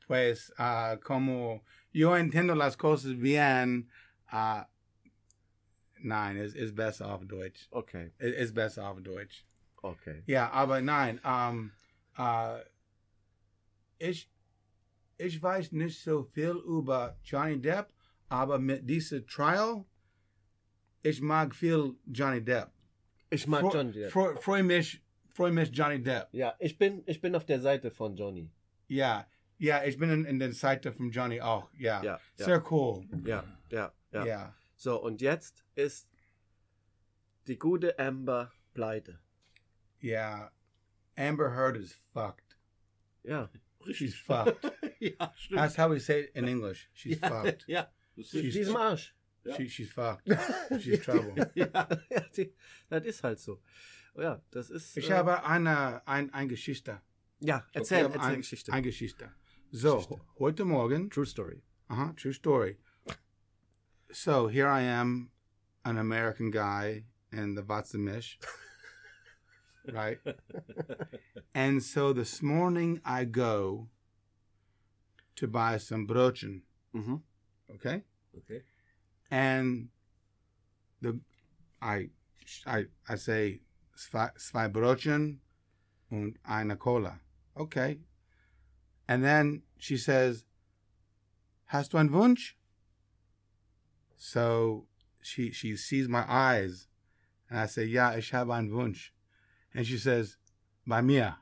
Speaker 1: Pues, ah, como yo entiendo las cosas bien. ah, nein, es ist besser auf Deutsch.
Speaker 2: Okay,
Speaker 1: Es ist besser auf Deutsch.
Speaker 2: okay.
Speaker 1: Ja, aber nein, ähm, äh, ich, ich weiß nicht so viel über Johnny Depp, aber mit dieser Trial, ich mag viel Johnny Depp.
Speaker 2: Ich mag
Speaker 1: Fro-
Speaker 2: Johnny Depp.
Speaker 1: Fro freu mich, freu mich Johnny Depp.
Speaker 2: Ja, ich bin, ich bin auf der Seite von Johnny.
Speaker 1: Ja, ja, ich bin in, in der Seite von Johnny auch. Ja,
Speaker 2: Ja, ja,
Speaker 1: sehr cool.
Speaker 2: ja, ja,
Speaker 1: Ja.
Speaker 2: ja. So, und jetzt ist die gute Amber pleite.
Speaker 1: ja. Amber Heard is fucked.
Speaker 2: Ja,
Speaker 1: She's fucked.
Speaker 3: ja, stimmt.
Speaker 1: That's how we say it in English. She's
Speaker 3: ja,
Speaker 1: fucked.
Speaker 3: Ja. Das
Speaker 1: She's-
Speaker 2: mit
Speaker 3: ist-
Speaker 2: diesem Arsch.
Speaker 3: Ja.
Speaker 1: She, she's fucked. She's trouble.
Speaker 3: ja.
Speaker 2: Ja, die, das ist halt so. Ja, das ist.
Speaker 1: Ich
Speaker 2: äh,
Speaker 1: habe eine, ein, ein Geschichte.
Speaker 2: Ja, erzähl,
Speaker 1: Ich habe
Speaker 2: erzähl
Speaker 1: ein,
Speaker 2: Geschichte.
Speaker 1: Eine Geschichte. So,
Speaker 2: Geschichte.
Speaker 1: ho- heute Morgen,
Speaker 2: True Story.
Speaker 1: aha, true story. So, here I am, an American guy in the Vatsamish, right? and so this morning I go to buy some brochen,
Speaker 2: Mhm.
Speaker 1: okay?
Speaker 3: Okay.
Speaker 1: And the I I I say zwei, zwei Brötchen und eine Cola. Okay. And then she says, "Hast du einen Wunsch?" So she she sees my eyes, and I say, "Ja, ich habe einen Wunsch," and she says, "Bei mir."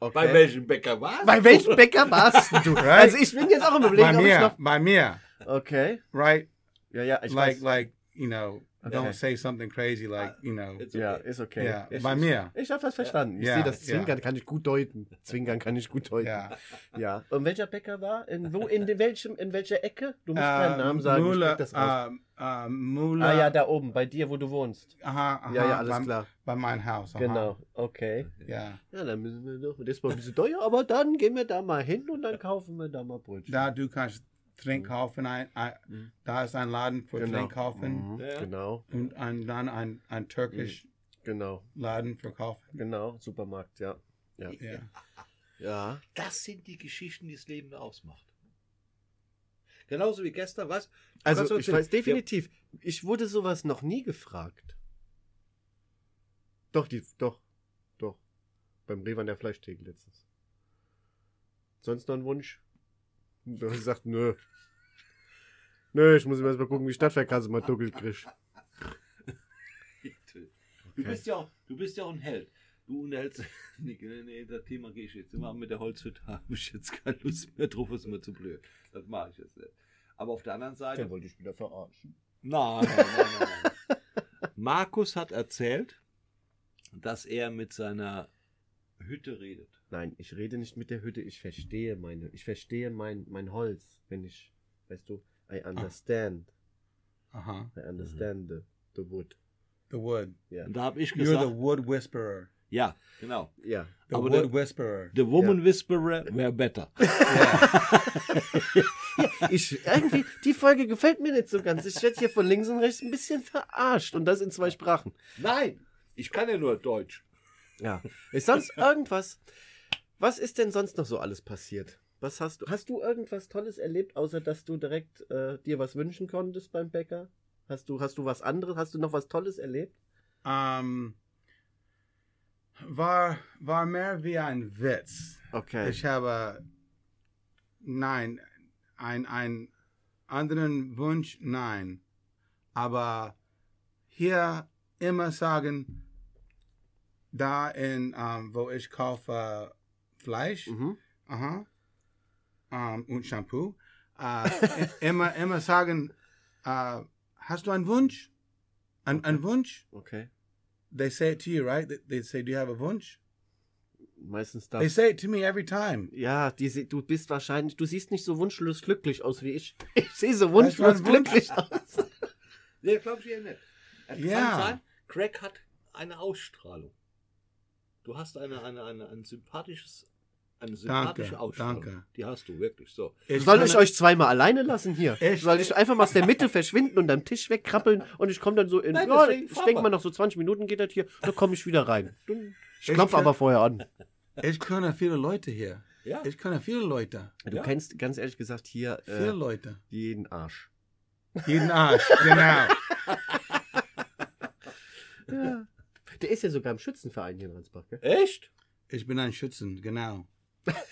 Speaker 2: Okay.
Speaker 3: Bei welchem Bäcker war's?
Speaker 2: Bei welchem Bäcker warst du?
Speaker 1: Right?
Speaker 2: Also ich bin jetzt auch im
Speaker 1: bei
Speaker 2: Überlegen, ob ich
Speaker 1: mir,
Speaker 2: noch.
Speaker 1: bei mir,
Speaker 2: Okay.
Speaker 1: right?
Speaker 2: Ja, ja, ich
Speaker 1: like
Speaker 2: weiß.
Speaker 1: like you know,
Speaker 2: Okay. Uh,
Speaker 1: don't say something crazy like you know.
Speaker 3: It's okay.
Speaker 2: ja, ist okay.
Speaker 1: Ja,
Speaker 2: ich,
Speaker 1: bei
Speaker 2: ich,
Speaker 1: mir.
Speaker 2: Ich habe das verstanden. Ich
Speaker 1: Ja,
Speaker 2: sehe das
Speaker 1: ja.
Speaker 2: Zwinkern kann ich gut deuten. Zwinkern kann ich gut deuten.
Speaker 1: Yeah.
Speaker 2: Ja. Und welcher Bäcker war? In, wo, in, de- welchem, in welcher Ecke? Du musst
Speaker 1: Äh,
Speaker 2: deinen Namen sagen. ich
Speaker 1: Müller,
Speaker 2: krieg das raus.
Speaker 1: äh, äh, Müller.
Speaker 2: ah ja, da oben, bei dir, wo du wohnst.
Speaker 1: Aha, aha,
Speaker 2: ja, ja, alles
Speaker 1: bei,
Speaker 2: klar.
Speaker 1: Bei meinem Haus. Aha.
Speaker 2: Genau. Okay.
Speaker 1: Ja.
Speaker 2: Ja, dann müssen wir doch. Das war ein bisschen teuer, aber dann gehen wir da mal hin und dann kaufen wir da mal Brötchen.
Speaker 1: Da du kannst
Speaker 2: Mm.
Speaker 1: Trinkkaufen, ein, ein,
Speaker 3: Mhm.
Speaker 1: da ist ein Laden für Trinkkaufen
Speaker 2: Mhm.
Speaker 3: Ja.
Speaker 2: Genau,
Speaker 1: und ein, dann ein, ein türkisch
Speaker 2: genau,
Speaker 1: Laden für Kaufen.
Speaker 2: Mm. genau. Supermarkt, ja. Ja.
Speaker 1: Ja.
Speaker 2: Ja.
Speaker 3: Das sind die Geschichten, die das Leben ausmacht. Genauso wie gestern, was? Kannst
Speaker 2: Also
Speaker 3: du
Speaker 2: ich
Speaker 3: erzählen?
Speaker 2: weiß definitiv, ich wurde sowas noch nie gefragt. Doch, die, doch, doch. Beim Rewe an der Fleischtheke letztens. Sonst noch ein Wunsch? Da hab ich gesagt, nö. Nö, ich muss mir erst mal gucken, wie ich Stadtverkasse mal duckelt krieg.
Speaker 3: Ja. Du bist ja auch, du bist ja auch ein Held. Du unterhältst. Nee, nee, nee, das Thema gehe ich jetzt immer mit der Holzhütte. Habe ich jetzt keine Lust mehr drauf, ist mir zu blöd. Das mache ich jetzt nicht. Aber auf der anderen Seite.
Speaker 2: wollte ich wieder verarschen.
Speaker 3: Nein, nein, nein, nein, nein. Markus hat erzählt, dass er mit seiner Hütte redet.
Speaker 2: Nein, ich rede nicht mit der Hütte, ich verstehe meine, ich verstehe mein, mein Holz, wenn ich, weißt du, I understand,
Speaker 1: Aha.
Speaker 2: I understand the, the wood.
Speaker 1: Uh-huh. The wood.
Speaker 2: Ja.
Speaker 3: Und da habe ich
Speaker 1: You're the
Speaker 3: gesagt,
Speaker 1: wood whisperer.
Speaker 3: ja, genau.
Speaker 2: Ja.
Speaker 1: The
Speaker 3: Aber
Speaker 1: wood
Speaker 3: der-
Speaker 1: whisperer.
Speaker 3: The Woman Whisperer wäre better.
Speaker 1: yeah.
Speaker 2: Ich, irgendwie, die Folge gefällt mir nicht so ganz. Ich werde hier von links und rechts ein bisschen verarscht und das in zwei Sprachen.
Speaker 3: Nein, ich kann ja nur Deutsch.
Speaker 2: Ja. Ist sonst irgendwas? Was ist denn sonst noch so alles passiert? Was hast du? Hast du irgendwas Tolles erlebt, außer dass du direkt äh, dir was wünschen konntest beim Bäcker? Hast du, hast du was anderes? Hast du noch was Tolles erlebt?
Speaker 1: Ähm, war, war mehr wie ein Witz.
Speaker 2: Okay.
Speaker 1: Ich habe nein, ein, ein anderen Wunsch, nein. Aber hier immer sagen, da in, ähm, wo ich kaufe Fleisch
Speaker 2: Mhm.
Speaker 1: aha, ähm, und Shampoo, äh, i- immer, immer sagen, äh, hast du einen Wunsch? Ein, ein Wunsch?
Speaker 2: Okay.
Speaker 1: they say it to you, right? They, they say, "Do you have a Wunsch?"
Speaker 2: Meistens
Speaker 1: They
Speaker 2: das.
Speaker 1: say it to me every time.
Speaker 2: Ja, diese, du bist wahrscheinlich, du siehst nicht so wunschlos glücklich aus wie ich. Ich sehe so
Speaker 1: Das war
Speaker 2: wunschlos
Speaker 1: ein Wunsch.
Speaker 2: glücklich aus.
Speaker 3: Nee, glaube ich eher nicht. Es
Speaker 1: Ja.
Speaker 3: kann sein, Craig hat eine Ausstrahlung. Du hast eine, eine, eine, ein sympathisches, eine sympathische Ausstrahlung.
Speaker 1: danke.
Speaker 3: Die hast du wirklich so.
Speaker 1: Ich
Speaker 2: Soll
Speaker 1: kann-
Speaker 2: ich euch zweimal alleine lassen hier?
Speaker 1: Echt?
Speaker 2: Soll ich einfach mal aus der Mitte verschwinden und am Tisch wegkrabbeln und ich komme dann so in.
Speaker 3: Nein,
Speaker 2: ja,
Speaker 3: deswegen
Speaker 2: ich
Speaker 3: fahr
Speaker 2: denke
Speaker 3: mal.
Speaker 2: mal, nach so 20 Minuten geht das hier, dann komme ich wieder rein. Ich
Speaker 1: Ich
Speaker 2: klopfe
Speaker 1: kann-
Speaker 2: aber vorher an.
Speaker 1: Ich kenne viele Leute hier.
Speaker 3: Ja.
Speaker 1: Ich kenne viele Leute.
Speaker 2: Du
Speaker 3: Ja.
Speaker 2: kennst ganz ehrlich gesagt hier
Speaker 1: Viele
Speaker 2: äh,
Speaker 1: Leute.
Speaker 2: jeden Arsch.
Speaker 1: Jeden Arsch, genau.
Speaker 2: Ja. Der ist ja sogar im Schützenverein hier in Ransbach, gell?
Speaker 3: Echt?
Speaker 1: Ich bin ein Schützen, genau.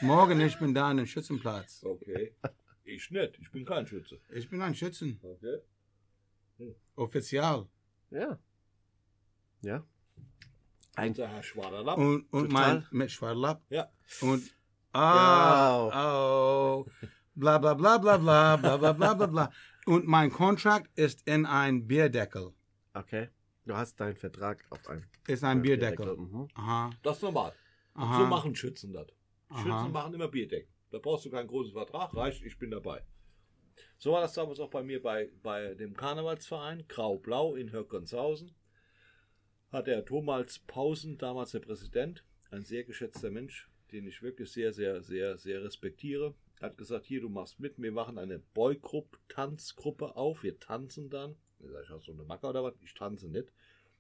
Speaker 1: Morgen ich bin da an dem Schützenplatz.
Speaker 3: Okay. Ich nicht. Ich bin kein Schütze.
Speaker 1: Ich bin ein Schützen,
Speaker 3: Okay.
Speaker 1: offiziell.
Speaker 2: Ja. Ja. Ein-
Speaker 3: Unser Herr Schwaderlapp.
Speaker 1: Und, und mein
Speaker 2: Total.
Speaker 1: mit Schwadlapp.
Speaker 3: Ja.
Speaker 1: Und ah, oh, bla bla bla bla bla bla bla bla bla bla. Und mein Contract ist in ein Bierdeckel.
Speaker 2: Okay. Du hast deinen Vertrag auf einem
Speaker 1: Ist ein Bierdeckel.
Speaker 2: Mhm.
Speaker 1: Aha,
Speaker 3: Das ist normal.
Speaker 1: aha.
Speaker 3: So machen Schützen das. Schützen
Speaker 1: Aha.
Speaker 3: machen immer Bierdecken. Da brauchst du keinen großen Vertrag, reicht, ich bin dabei. So war das damals auch bei mir bei, bei dem Karnevalsverein Grau-Blau in Höckenshausen. Hat der Thomas Pausen, damals der Präsident, ein sehr geschätzter Mensch, den ich wirklich sehr, sehr, sehr, sehr respektiere, hat gesagt, hier, du machst mit, wir machen eine Boygroup, tanzgruppe auf, wir tanzen dann. Ich sag, ich hast so eine Macke oder was? Ich tanze nicht.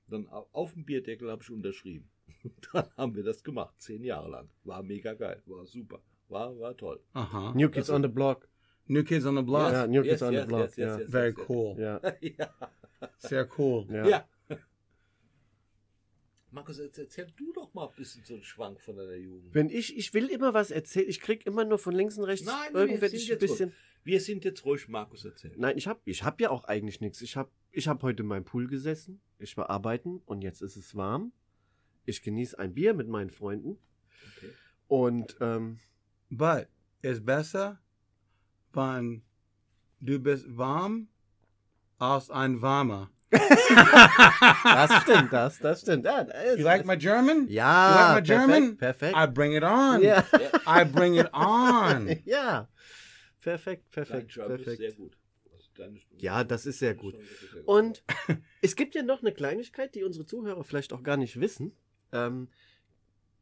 Speaker 3: Dann au- auf dem Bierdeckel habe ich unterschrieben. Dann haben wir das gemacht, zehn Jahre lang. War mega geil, war super, war, war toll.
Speaker 1: Aha.
Speaker 2: New Kids on the Block.
Speaker 1: New Kids on the Block.
Speaker 2: Ja, New Kids on the Block, ja.
Speaker 1: Very cool.
Speaker 2: Ja.
Speaker 3: Ja.
Speaker 1: Sehr cool.
Speaker 2: Ja.
Speaker 3: Ja. Markus, jetzt erzähl du doch mal ein bisschen so einen Schwank von deiner Jugend.
Speaker 2: Wenn ich, ich will immer was erzählen, ich krieg immer nur von links und rechts
Speaker 3: Nein, wir sind
Speaker 2: irgendwelche
Speaker 3: jetzt
Speaker 2: bisschen.
Speaker 3: Wir sind jetzt ruhig, Markus, erzähl.
Speaker 2: Nein, ich hab, ich hab ja auch eigentlich nichts. Ich hab, ich hab heute in meinem Pool gesessen, ich war arbeiten und jetzt ist es warm. Ich genieße ein Bier mit meinen Freunden
Speaker 3: Okay.
Speaker 2: und ähm,
Speaker 1: But it's besser, wenn du bist warm als ein warmer.
Speaker 2: das stimmt, das, das stimmt. Ja, das,
Speaker 1: You like my German?
Speaker 2: ja
Speaker 1: you like my German? Ah,
Speaker 2: perfekt.
Speaker 1: I bring it on.
Speaker 2: perfekt.
Speaker 1: I bring it on.
Speaker 2: Ja. ja, perfekt,
Speaker 3: Dein
Speaker 2: perfekt,
Speaker 3: Job ist sehr
Speaker 2: perfekt.
Speaker 3: gut. Also deine Stimme-
Speaker 2: Ja, das ist sehr
Speaker 3: deine
Speaker 2: gut.
Speaker 3: Stimme ist sehr gut.
Speaker 2: Und es gibt ja noch eine Kleinigkeit, die unsere Zuhörer vielleicht auch gar nicht wissen. Ähm,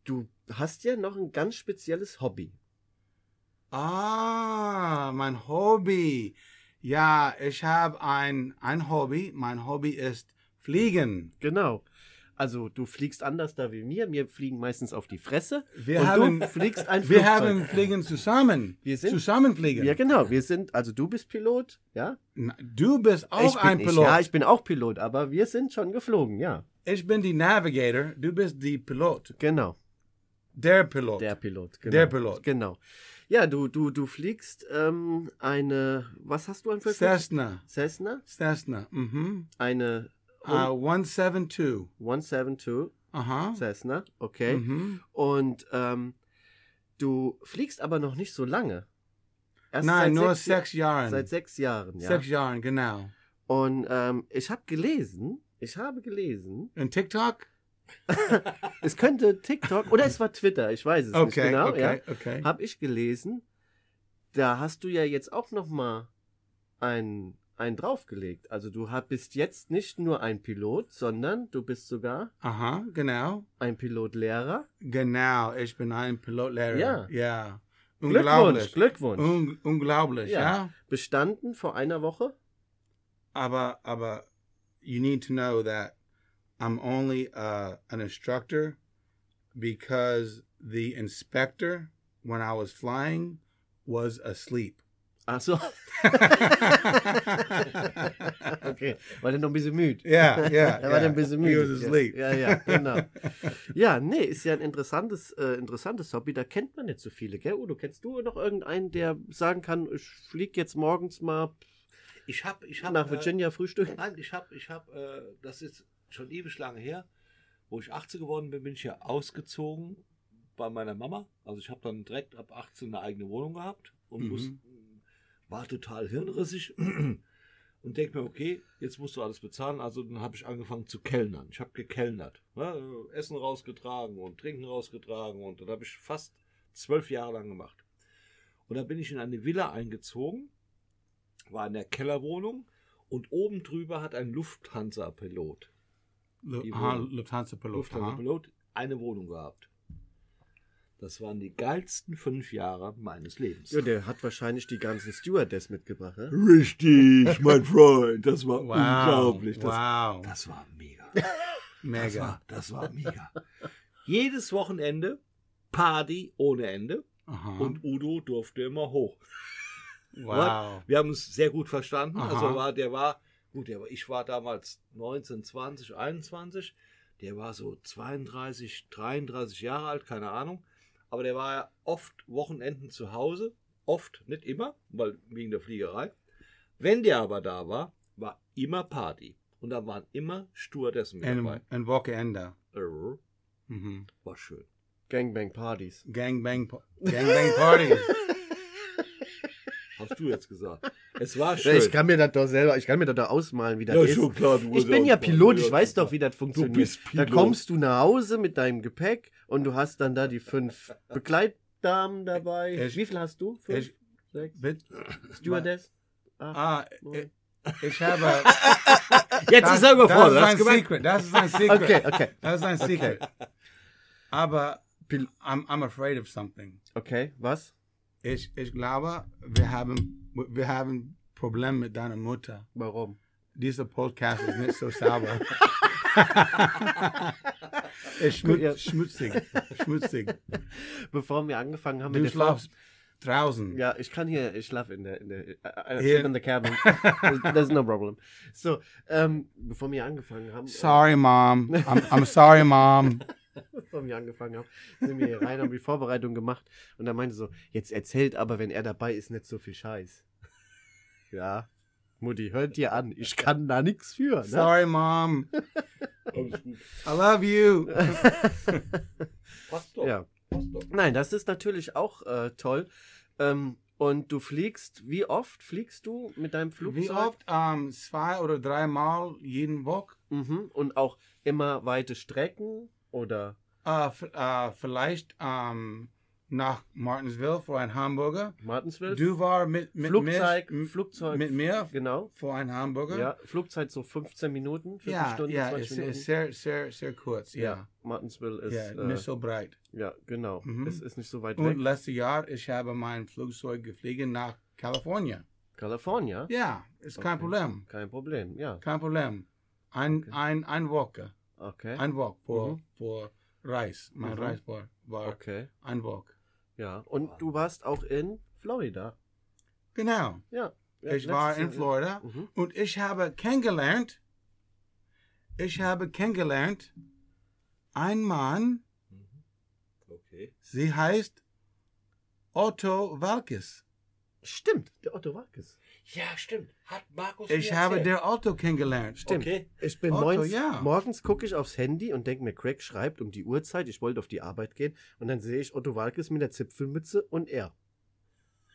Speaker 2: du hast ja noch ein ganz spezielles Hobby.
Speaker 1: Ah, mein Hobby. Ja, ich habe ein, ein Hobby. Mein Hobby ist Fliegen.
Speaker 2: Genau. Also du fliegst anders da wie mir. Wir fliegen meistens auf die Fresse.
Speaker 1: Wir
Speaker 2: und
Speaker 1: haben,
Speaker 2: du fliegst ein
Speaker 1: wir
Speaker 2: Flugzeug.
Speaker 1: haben Fliegen zusammen.
Speaker 2: Wir sind-
Speaker 1: zusammen fliegen.
Speaker 2: Ja, genau. Wir sind, also du bist Pilot, ja?
Speaker 1: Na, Du bist auch
Speaker 2: ich bin
Speaker 1: ein
Speaker 2: nicht-
Speaker 1: Pilot.
Speaker 2: ja, ich bin auch Pilot, aber wir sind schon geflogen, ja.
Speaker 1: Ich bin die Navigator, du bist die Pilot.
Speaker 2: Genau.
Speaker 1: Der Pilot.
Speaker 2: Der Pilot. Genau.
Speaker 1: Der Pilot.
Speaker 2: Genau. Ja, du, du, du fliegst ähm, eine, was hast du an Flugzeug?
Speaker 1: Cessna.
Speaker 2: Cessna?
Speaker 1: Cessna. Mhm.
Speaker 2: Eine
Speaker 1: Uh, 172.
Speaker 2: 172
Speaker 1: Aha.
Speaker 2: Cessna, okay.
Speaker 1: Oh. Mhm.
Speaker 2: Und ähm, du fliegst aber noch nicht so lange. Erst
Speaker 1: Nein,
Speaker 2: seit
Speaker 1: nur
Speaker 2: Jahren.
Speaker 1: sechs Jahren.
Speaker 2: Seit sechs Jahren, ja.
Speaker 1: Sechs Jahren, genau.
Speaker 2: Und ähm, ich habe gelesen, ich habe gelesen,
Speaker 1: Und TikTok?
Speaker 2: es könnte TikTok oder es war Twitter, ich weiß es nicht
Speaker 1: Okay,
Speaker 2: genau,
Speaker 1: okay, okay.
Speaker 2: ja. Habe ich gelesen, da hast du ja jetzt auch noch mal einen, einen draufgelegt. Also du hab- bist jetzt nicht nur ein Pilot, sondern du bist sogar
Speaker 1: Aha, genau.
Speaker 2: ein Pilotlehrer.
Speaker 1: Genau, ich bin ein Pilotlehrer.
Speaker 2: Ja.
Speaker 1: ja.
Speaker 2: Glückwunsch,
Speaker 1: Unglaublich.
Speaker 2: Glückwunsch.
Speaker 1: Un unglaublich,
Speaker 2: Ja.
Speaker 1: ja.
Speaker 2: Bestanden vor einer Woche.
Speaker 1: Aber, aber, you need to know that I'm only uh, an instructor because the inspector, when I was flying, was asleep.
Speaker 2: Ach so. okay, war der noch ein bisschen müde.
Speaker 1: Yeah, yeah.
Speaker 2: er war dann ein bisschen müde.
Speaker 1: He was asleep.
Speaker 2: Ja, ja, genau. Ja, nee, ist ja ein interessantes, äh, interessantes Hobby. Da kennt man nicht so viele, gell? Udo, kennst du noch irgendeinen, der sagen kann, ich flieg jetzt morgens mal
Speaker 3: ich habe, ich habe
Speaker 2: nach Virginia frühstücken?
Speaker 3: Nein, ich habe, ich habe, äh, das ist schon ewig lange her, wo ich 18 geworden bin, bin ich ja ausgezogen bei meiner Mama. Also ich habe dann direkt ab 18 eine eigene Wohnung gehabt und
Speaker 1: Mhm.
Speaker 3: muss, war total hirnrissig und denke mir, okay, jetzt musst du alles bezahlen. Also dann habe ich angefangen zu kellnern. Ich habe gekellnert. Ne? Essen rausgetragen und Trinken rausgetragen und das habe ich fast zwölf Jahre lang gemacht. Und da bin ich in eine Villa eingezogen, war in der Kellerwohnung und oben drüber hat ein Lufthansa-Pilot,
Speaker 1: Lu-
Speaker 3: Die
Speaker 1: aha,
Speaker 3: Wohnung.
Speaker 1: Lufthansa-Pilot. aha.
Speaker 3: Lufthansa-Pilot eine Wohnung gehabt. Das waren die geilsten fünf Jahre meines Lebens.
Speaker 2: Ja, der hat wahrscheinlich die ganzen Stewardess mitgebracht,
Speaker 3: Hm?
Speaker 2: ne?
Speaker 3: Richtig, mein Freund, das war
Speaker 1: Wow.
Speaker 3: unglaublich. Das,
Speaker 1: wow.
Speaker 3: das war mega. Das
Speaker 1: Mega.
Speaker 3: war, das war mega. Jedes Wochenende Party ohne Ende
Speaker 1: Aha.
Speaker 3: und Udo durfte immer hoch.
Speaker 1: wow.
Speaker 3: Wir haben uns sehr gut verstanden.
Speaker 1: Aha.
Speaker 3: Also war, der war, gut, der war, ich war damals 19, 20, 21. Der war so 32, 33 Jahre alt, keine Ahnung. Aber der war ja oft Wochenenden zu Hause. Oft, nicht immer, weil wegen der Fliegerei. Wenn der aber da war, war immer Party. Und da waren immer Stewardessen mit dabei.
Speaker 1: Ein, ein Wochenende.
Speaker 3: Äh,
Speaker 2: Mm-hmm.
Speaker 1: Mhm.
Speaker 3: War schön.
Speaker 2: Gangbang-Partys.
Speaker 1: Gangbang, Gangbang Party.
Speaker 3: Hast du jetzt gesagt. Es war schön.
Speaker 2: Ich kann mir das doch selber, ich kann mir das doch ausmalen, wie das
Speaker 3: ja,
Speaker 2: ist.
Speaker 3: schon klar, du
Speaker 2: Ich
Speaker 3: bist
Speaker 2: bin
Speaker 3: auch
Speaker 2: ja
Speaker 3: klar.
Speaker 2: Pilot,
Speaker 3: Ja,
Speaker 2: ich weiß
Speaker 3: klar.
Speaker 2: doch, wie das funktioniert.
Speaker 3: bist
Speaker 2: Da
Speaker 3: Pilot.
Speaker 2: kommst du nach Hause mit deinem Gepäck und du hast dann da die fünf Begleitdamen dabei.
Speaker 1: Ich-
Speaker 2: wie viel hast du? Fünf?
Speaker 1: ich-
Speaker 2: sechs?
Speaker 1: Bitte?
Speaker 2: Stewardess?
Speaker 1: Ah,
Speaker 2: Neun?
Speaker 1: ich habe.
Speaker 3: Jetzt ist
Speaker 1: Das
Speaker 3: er überfordert.
Speaker 1: ist
Speaker 3: Hast
Speaker 1: ein
Speaker 3: du gemerkt?
Speaker 1: Secret. Das ist ein Secret.
Speaker 2: Okay, okay.
Speaker 1: Das ist ein Secret. Aber I'm, I'm afraid of something.
Speaker 2: Okay, was?
Speaker 1: Ich, ich glaube, wir haben, wir haben Probleme mit deiner Mutter.
Speaker 2: Warum?
Speaker 1: Dieser Podcast ist nicht so sauber. es schmut,
Speaker 2: Ja.
Speaker 1: Schmutzig. Schmutzig.
Speaker 2: Bevor wir angefangen haben
Speaker 1: Du
Speaker 2: mit der Folge-
Speaker 1: schlafst draußen.
Speaker 2: Ja, ich kann hier, ich schlaf in der, in der, I, I
Speaker 1: Hier.
Speaker 2: sleep in the cabin. There's no problem. So, ähm, bevor wir angefangen haben,
Speaker 1: Sorry, Mom. I'm, I'm sorry, Mom.
Speaker 2: äh, bevor wir angefangen haben, sind wir hier rein, haben die Vorbereitung gemacht und dann meinte so, jetzt erzählt aber, wenn er dabei ist, nicht so viel Scheiß. Ja, Mutti, hört dir an, ich kann da nichts für. Ne?
Speaker 1: Sorry, Mom.
Speaker 3: Alles gut.
Speaker 1: I love you.
Speaker 3: Passt doch.
Speaker 2: Ja.
Speaker 3: Passt doch.
Speaker 2: Nein, das ist natürlich auch äh, toll. Ähm, und du fliegst, wie oft fliegst du mit deinem Flugzeug?
Speaker 1: Wie oft? Ähm, zwei oder dreimal jeden Woche.
Speaker 2: Mhm. Und auch immer weite Strecken oder
Speaker 1: Äh, f- äh, vielleicht ähm, nach Martinsville für einen Hamburger.
Speaker 2: Martinsville?
Speaker 1: Du war mit, mit
Speaker 2: Flugzeug,
Speaker 1: mir,
Speaker 2: Flugzeug.
Speaker 1: mit mir
Speaker 2: Genau.
Speaker 1: für einen Hamburger.
Speaker 2: Ja, Flugzeit so 15 Minuten, 14
Speaker 1: ja,
Speaker 2: Stunden,
Speaker 1: ja
Speaker 2: 20
Speaker 1: ist,
Speaker 2: Minuten.
Speaker 1: ist sehr, sehr, sehr kurz. Ja,
Speaker 2: Martinsville ist,
Speaker 1: ja,
Speaker 2: ja, äh,
Speaker 1: nicht so breit.
Speaker 2: ja genau,
Speaker 1: Mhm.
Speaker 2: es ist nicht so weit
Speaker 1: Und
Speaker 2: weg.
Speaker 1: letztes Jahr, ich habe mein Flugzeug geflogen nach Kalifornien.
Speaker 2: California,
Speaker 1: Ja, ist kein
Speaker 2: Okay.
Speaker 1: Problem.
Speaker 2: kein Problem, ja,
Speaker 1: Kein Problem. Ein,
Speaker 2: Okay.
Speaker 1: ein, ein Woche.
Speaker 2: okay,
Speaker 1: Ein Woche für,
Speaker 2: Mhm.
Speaker 1: für Reis. Mein
Speaker 2: Mhm.
Speaker 1: Reis war, war
Speaker 2: okay,
Speaker 1: ein Woche.
Speaker 2: ja. Und du warst auch in Florida.
Speaker 1: Genau.
Speaker 2: Ja. ja
Speaker 1: ich war
Speaker 2: letztes
Speaker 1: in
Speaker 2: Jahr-
Speaker 1: Florida
Speaker 2: Mhm.
Speaker 1: und ich habe kennengelernt, ich habe kennengelernt, ein Mann,
Speaker 3: Mhm. Okay.
Speaker 1: sie heißt Otto Walkes.
Speaker 2: Stimmt, der Otto Walkes.
Speaker 3: Ja, stimmt. Hat Markus
Speaker 1: Ich
Speaker 3: mir
Speaker 1: habe
Speaker 3: erzählt.
Speaker 1: der Otto kennengelernt.
Speaker 2: Stimmt.
Speaker 3: Okay.
Speaker 2: Ich bin
Speaker 1: Otto,
Speaker 2: morgens,
Speaker 1: ja.
Speaker 2: morgens gucke ich aufs Handy und denke mir, Craig schreibt um die Uhrzeit, ich wollte auf die Arbeit gehen und dann sehe ich Otto Walkes mit der Zipfelmütze und er.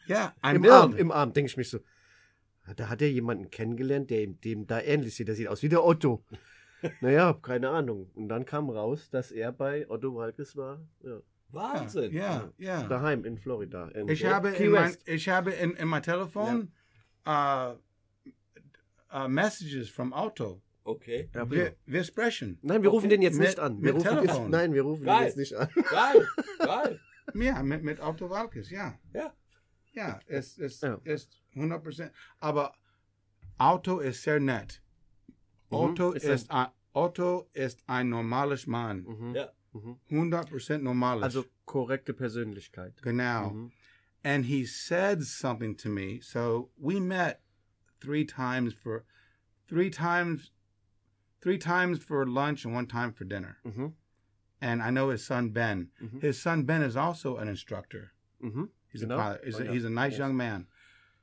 Speaker 1: Ja,
Speaker 2: Im
Speaker 1: ein
Speaker 2: Arm,
Speaker 1: Mann.
Speaker 2: im Arm, denke ich mich so. Da hat er jemanden kennengelernt, der ihm- dem da ähnlich sieht. Der sieht aus wie der Otto. Naja, keine Ahnung. Und dann kam raus, dass er bei Otto Walkes war. Ja.
Speaker 3: Wahnsinn.
Speaker 2: Also,
Speaker 1: Ja, ja. ja.
Speaker 2: Daheim in Florida. In
Speaker 1: Ich
Speaker 2: Key
Speaker 1: habe in mein,
Speaker 2: West.
Speaker 1: ich habe in, in mein Telefon äh, äh, Messages from Otto.
Speaker 3: Okay.
Speaker 2: Ja, prima.
Speaker 1: Wir, wir sprechen.
Speaker 2: Nein, wir rufen
Speaker 3: Okay.
Speaker 2: den jetzt
Speaker 1: Mit-
Speaker 2: nicht an. Wir
Speaker 1: mit
Speaker 2: rufen
Speaker 1: Telefon.
Speaker 2: Jetzt, nein, wir rufen
Speaker 3: Geil.
Speaker 2: den jetzt nicht an.
Speaker 3: Geil. Geil.
Speaker 1: Ja, mit, mit Otto Walkes, ja.
Speaker 3: Ja.
Speaker 1: Ja, es ist,
Speaker 2: Ja.
Speaker 1: ist 100%. Aber Otto ist sehr nett.
Speaker 2: Mhm,
Speaker 1: Otto,
Speaker 2: ist
Speaker 1: ist,
Speaker 2: er-
Speaker 1: ein, Otto ist ein normales Mann.
Speaker 2: Mhm.
Speaker 3: Ja.
Speaker 2: Mhm.
Speaker 1: 100% normales.
Speaker 2: Also korrekte Persönlichkeit.
Speaker 1: genau.
Speaker 2: Mhm.
Speaker 1: And he said something to me. So we met three times for three times three times for lunch and one time for dinner.
Speaker 2: Mhm.
Speaker 1: And I know his son Ben.
Speaker 2: Mhm.
Speaker 1: His son Ben is also an instructor.
Speaker 2: Mhm.
Speaker 1: He's
Speaker 2: Genau.
Speaker 1: a pilot. He's,
Speaker 2: Oh,
Speaker 1: a,
Speaker 2: yeah.
Speaker 1: he's a nice
Speaker 2: Yes.
Speaker 1: young man.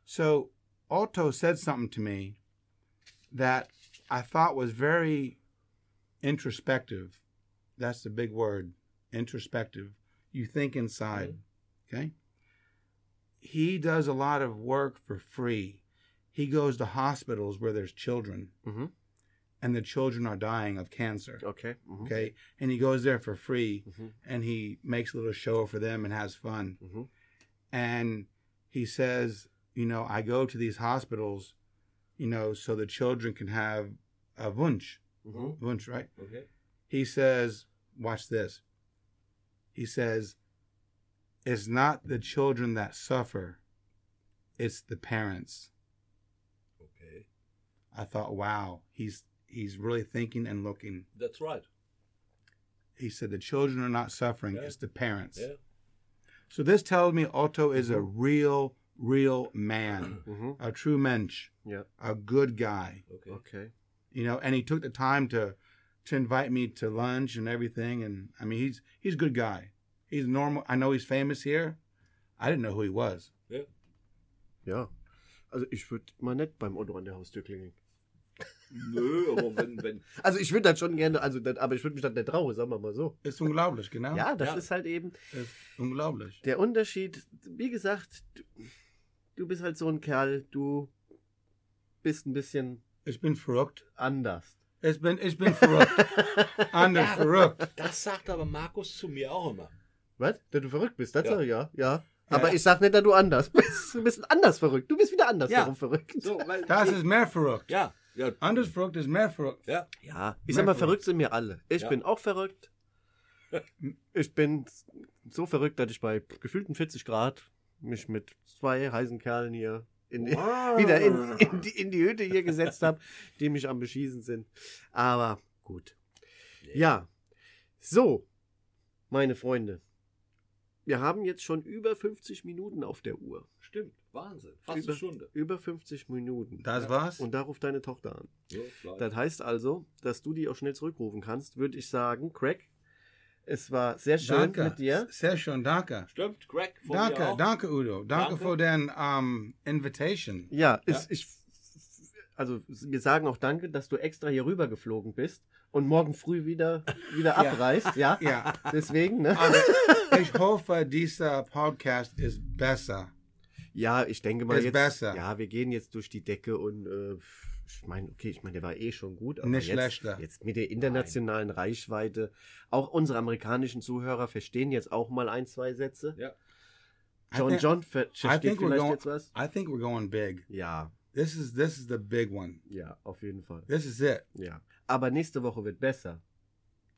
Speaker 1: So Otto said something to me that I thought was very introspective. That's the big word, introspective. You think
Speaker 2: Mm-hmm.
Speaker 1: inside. Okay. He does a lot of work for free. He goes to hospitals where there's children
Speaker 2: Mhm.
Speaker 1: and the children are dying of cancer.
Speaker 2: Okay. Mhm.
Speaker 3: Mm-hmm.
Speaker 1: Okay. And he goes there for free
Speaker 2: Mhm.
Speaker 1: and he makes a little show for them and has fun.
Speaker 3: Mm-hmm.
Speaker 2: Mhm.
Speaker 1: And he says, you know, I go to these hospitals, you know, so the children can have a wunsch.
Speaker 2: Mhm.
Speaker 1: Wunsch, right?
Speaker 3: Okay.
Speaker 1: He says, watch this. He says, it's not the children that suffer, it's the parents.
Speaker 3: Okay.
Speaker 1: I thought, wow, he's he's really thinking and looking.
Speaker 3: That's right.
Speaker 1: He said the children are not suffering,
Speaker 3: Yeah.
Speaker 1: it's the parents.
Speaker 3: Yeah.
Speaker 1: So this tells me Otto is a real, real man,
Speaker 2: Mhm.
Speaker 1: a true mensch,
Speaker 2: Ja.
Speaker 1: a good guy.
Speaker 3: Okay.
Speaker 2: Okay.
Speaker 1: You know, and he took the time to to invite me to lunch and everything. And I mean, he's he's a good guy. He's normal. I know he's famous here. I didn't know who he was.
Speaker 2: Ja. Also ich würde mal nicht beim Otto an der Haustür klingeln.
Speaker 3: Nö, aber wenn, wenn.
Speaker 2: Also ich würde das schon gerne, also das, aber ich würde mich dann nicht trauen, sagen wir mal so.
Speaker 1: Ist unglaublich, genau.
Speaker 2: Ja, das
Speaker 3: Ja.
Speaker 2: ist halt eben
Speaker 1: Ist unglaublich.
Speaker 2: der Unterschied. Wie gesagt, du, du bist halt so ein Kerl, du bist ein bisschen
Speaker 1: Ich bin verrückt.
Speaker 2: anders.
Speaker 1: Ich bin, ich bin verrückt. Anders verrückt.
Speaker 3: Das sagt aber Markus zu mir auch immer.
Speaker 2: Was? Dass du verrückt bist, das
Speaker 3: Ja.
Speaker 2: sag ich ja. Ja.
Speaker 1: Ja,
Speaker 2: Aber
Speaker 1: ja.
Speaker 2: ich sag nicht, dass du anders bist. Du bist anders verrückt. Du bist wieder andersherum
Speaker 3: Ja.
Speaker 2: verrückt.
Speaker 3: So, weil
Speaker 1: Das ist mehr verrückt.
Speaker 3: ja, ja,
Speaker 2: Ah.
Speaker 1: Anders verrückt ist mehr verrückt.
Speaker 3: ja.
Speaker 2: Ja, ich sag mal,
Speaker 1: Merkwürdig.
Speaker 2: verrückt sind wir alle. Ich
Speaker 3: Ja.
Speaker 2: bin auch verrückt. Ich bin so verrückt, dass ich bei gefühlten 40 Grad mich mit zwei heißen Kerlen hier in die, Ah. wieder in, in, die, in die Hütte hier gesetzt habe, die mich am Beschießen sind. Aber gut. Ja, so, meine Freunde. Wir haben jetzt schon über 50 Minuten auf der Uhr.
Speaker 3: Stimmt, Wahnsinn. Fast
Speaker 2: Über-
Speaker 3: eine Stunde.
Speaker 2: Über 50 Minuten.
Speaker 1: Das war's.
Speaker 2: Und da ruft deine Tochter an.
Speaker 3: So, vielleicht.
Speaker 2: Das heißt also, dass du die auch schnell zurückrufen kannst, würde ich sagen, Craig, es war sehr schön
Speaker 1: danke.
Speaker 2: mit dir.
Speaker 1: Sehr schön, danke.
Speaker 3: Stimmt, Greg von mir
Speaker 1: Danke,
Speaker 3: auch.
Speaker 1: danke Udo. Danke,
Speaker 3: oh. Danke.
Speaker 1: für den ähm, Invitation.
Speaker 2: Ja, Ist, ich, also wir sagen auch danke, dass du extra hier rüber geflogen bist und morgen früh wieder, wieder abreist. Ja,
Speaker 1: Ja, Ah.
Speaker 2: deswegen, ne?
Speaker 1: aber ich hoffe, dieser Podcast ist besser.
Speaker 2: Ja, ich denke mal
Speaker 1: Ist
Speaker 2: jetzt.
Speaker 1: besser.
Speaker 2: Ja, wir gehen jetzt durch die Decke und äh, ich meine, okay, ich meine, der war eh schon gut, aber
Speaker 1: Nicht
Speaker 2: jetzt,
Speaker 1: schlechter.
Speaker 2: jetzt mit der internationalen Reichweite, auch unsere amerikanischen Zuhörer verstehen jetzt auch mal ein, zwei Sätze.
Speaker 3: Ja.
Speaker 1: I
Speaker 2: John
Speaker 1: think-
Speaker 2: John ver
Speaker 1: I
Speaker 2: versteht
Speaker 1: think we're
Speaker 2: vielleicht
Speaker 1: going.
Speaker 2: jetzt was?
Speaker 1: I think we're going big.
Speaker 2: Ja,
Speaker 1: This is this is the big one.
Speaker 2: ja, auf jeden Fall.
Speaker 1: This is it.
Speaker 2: Ja. Aber nächste Woche wird besser.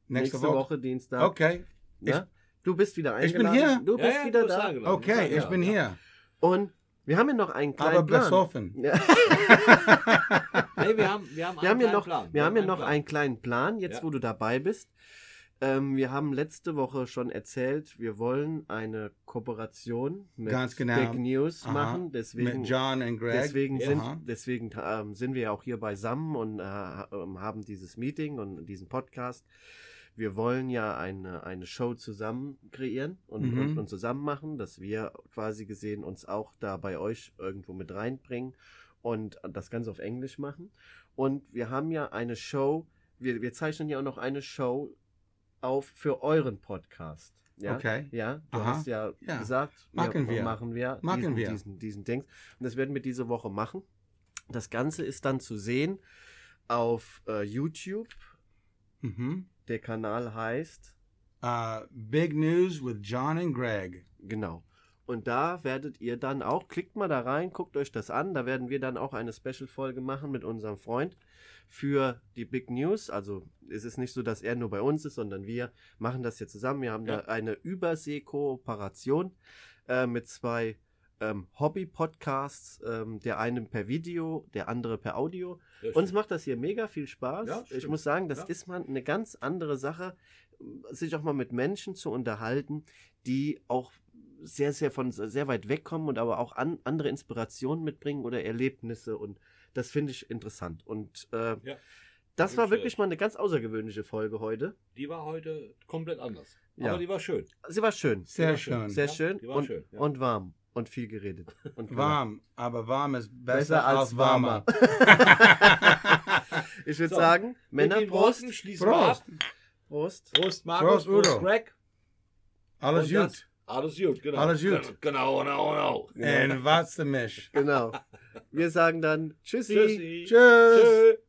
Speaker 1: Next
Speaker 2: nächste Woche, Dienstag.
Speaker 1: Okay,
Speaker 2: Ne? Du bist wieder
Speaker 1: Ich bin
Speaker 2: eingeladen.
Speaker 1: hier.
Speaker 2: Du
Speaker 3: Ja,
Speaker 2: bist
Speaker 3: ja,
Speaker 2: wieder
Speaker 3: du bist
Speaker 2: da.
Speaker 3: eingeladen.
Speaker 1: okay,
Speaker 3: Ja,
Speaker 1: ich bin
Speaker 3: ja.
Speaker 1: hier.
Speaker 2: Und wir haben ja noch einen kleinen
Speaker 1: Aber
Speaker 2: Plan.
Speaker 1: besoffen.
Speaker 2: Ja.
Speaker 3: Nee, wir haben, wir haben,
Speaker 2: Wir haben ja
Speaker 3: einen
Speaker 2: noch,
Speaker 3: Plan.
Speaker 2: wir haben ja noch
Speaker 3: Plan.
Speaker 2: einen kleinen Plan, jetzt
Speaker 3: Ja.
Speaker 2: wo du dabei bist. Ähm, wir haben letzte Woche schon erzählt, wir wollen eine Kooperation mit
Speaker 1: Ganz genau.
Speaker 2: Big News
Speaker 1: Aha.
Speaker 2: machen. Deswegen,
Speaker 1: Mit John und Greg. Uh-huh.
Speaker 2: deswegen,
Speaker 1: Aha.
Speaker 2: sind, deswegen ähm, sind wir ja auch hier beisammen und äh, ähm, haben dieses Meeting und diesen Podcast. Wir wollen ja eine, eine Show zusammen kreieren und,
Speaker 1: Mhm.
Speaker 2: und, und zusammen machen, dass wir quasi gesehen uns auch da bei euch irgendwo mit reinbringen und das Ganze auf Englisch machen. Und wir haben ja eine Show, wir, wir zeichnen ja auch noch eine Show auf für euren Podcast. Ja?
Speaker 1: Okay.
Speaker 2: Ja, du
Speaker 1: Aha.
Speaker 2: hast ja,
Speaker 1: Ja.
Speaker 2: gesagt,
Speaker 1: Machen wir.
Speaker 2: machen wir,
Speaker 1: Machen
Speaker 2: diesen,
Speaker 1: wir.
Speaker 2: Diesen, diesen Dings. Und das werden wir diese Woche machen. Das Ganze ist dann zu sehen auf äh, YouTube.
Speaker 1: Mhm.
Speaker 2: Der Kanal heißt,
Speaker 1: Uh, big news with John and Greg.
Speaker 2: genau. Und da werdet ihr dann auch, klickt mal da rein, guckt euch das an. Da werden wir dann auch eine Special-Folge machen mit unserem Freund für die Big News. Also es ist nicht so, dass er nur bei uns ist, sondern wir machen das hier zusammen. Wir haben
Speaker 3: Ja.
Speaker 2: da eine Übersee-Kooperation äh, mit zwei ähm, Hobby-Podcasts, ähm, der eine per Video, der andere per Audio.
Speaker 3: Ja,
Speaker 2: Uns
Speaker 3: stimmt.
Speaker 2: macht das hier mega viel Spaß.
Speaker 3: Ja, stimmt.
Speaker 2: ich muss sagen, das
Speaker 3: Ja.
Speaker 2: ist mal eine ganz andere Sache, sich auch mal mit Menschen zu unterhalten, die auch sehr, sehr von sehr weit wegkommen und aber auch an, andere Inspirationen mitbringen oder Erlebnisse. Und das finde ich interessant. Und äh,
Speaker 3: Ja.
Speaker 2: das war
Speaker 3: Stimmt.
Speaker 2: wirklich mal eine ganz außergewöhnliche Folge heute.
Speaker 3: Die war heute komplett anders.
Speaker 2: Ja.
Speaker 3: Aber die war schön.
Speaker 2: Sie war schön.
Speaker 1: Sehr
Speaker 3: war
Speaker 1: schön.
Speaker 2: Sehr
Speaker 3: Ja,
Speaker 2: schön,
Speaker 3: die war
Speaker 2: und,
Speaker 3: schön, ja.
Speaker 2: und warm und viel geredet. Und
Speaker 1: Warm, aber warm ist besser,
Speaker 2: Besser als
Speaker 1: als warmer.
Speaker 2: Ich würde
Speaker 3: So,
Speaker 2: sagen, Männer,
Speaker 3: Mit den
Speaker 2: Prost.
Speaker 3: Worten schließen
Speaker 1: Prost.
Speaker 3: wir ab.
Speaker 2: Prost.
Speaker 3: Prost, Markus.
Speaker 1: Prost, Udo.
Speaker 3: Greg.
Speaker 1: Alles
Speaker 3: Und das-
Speaker 1: gut.
Speaker 3: Alles gut, genau.
Speaker 1: Alles gut. Äh,
Speaker 3: Genau, genau, genau.
Speaker 1: Und was für mich.
Speaker 2: Genau.
Speaker 4: Wir sagen dann Tschüssi.
Speaker 1: Tschüssi.
Speaker 2: Tschüss.
Speaker 1: Tschö.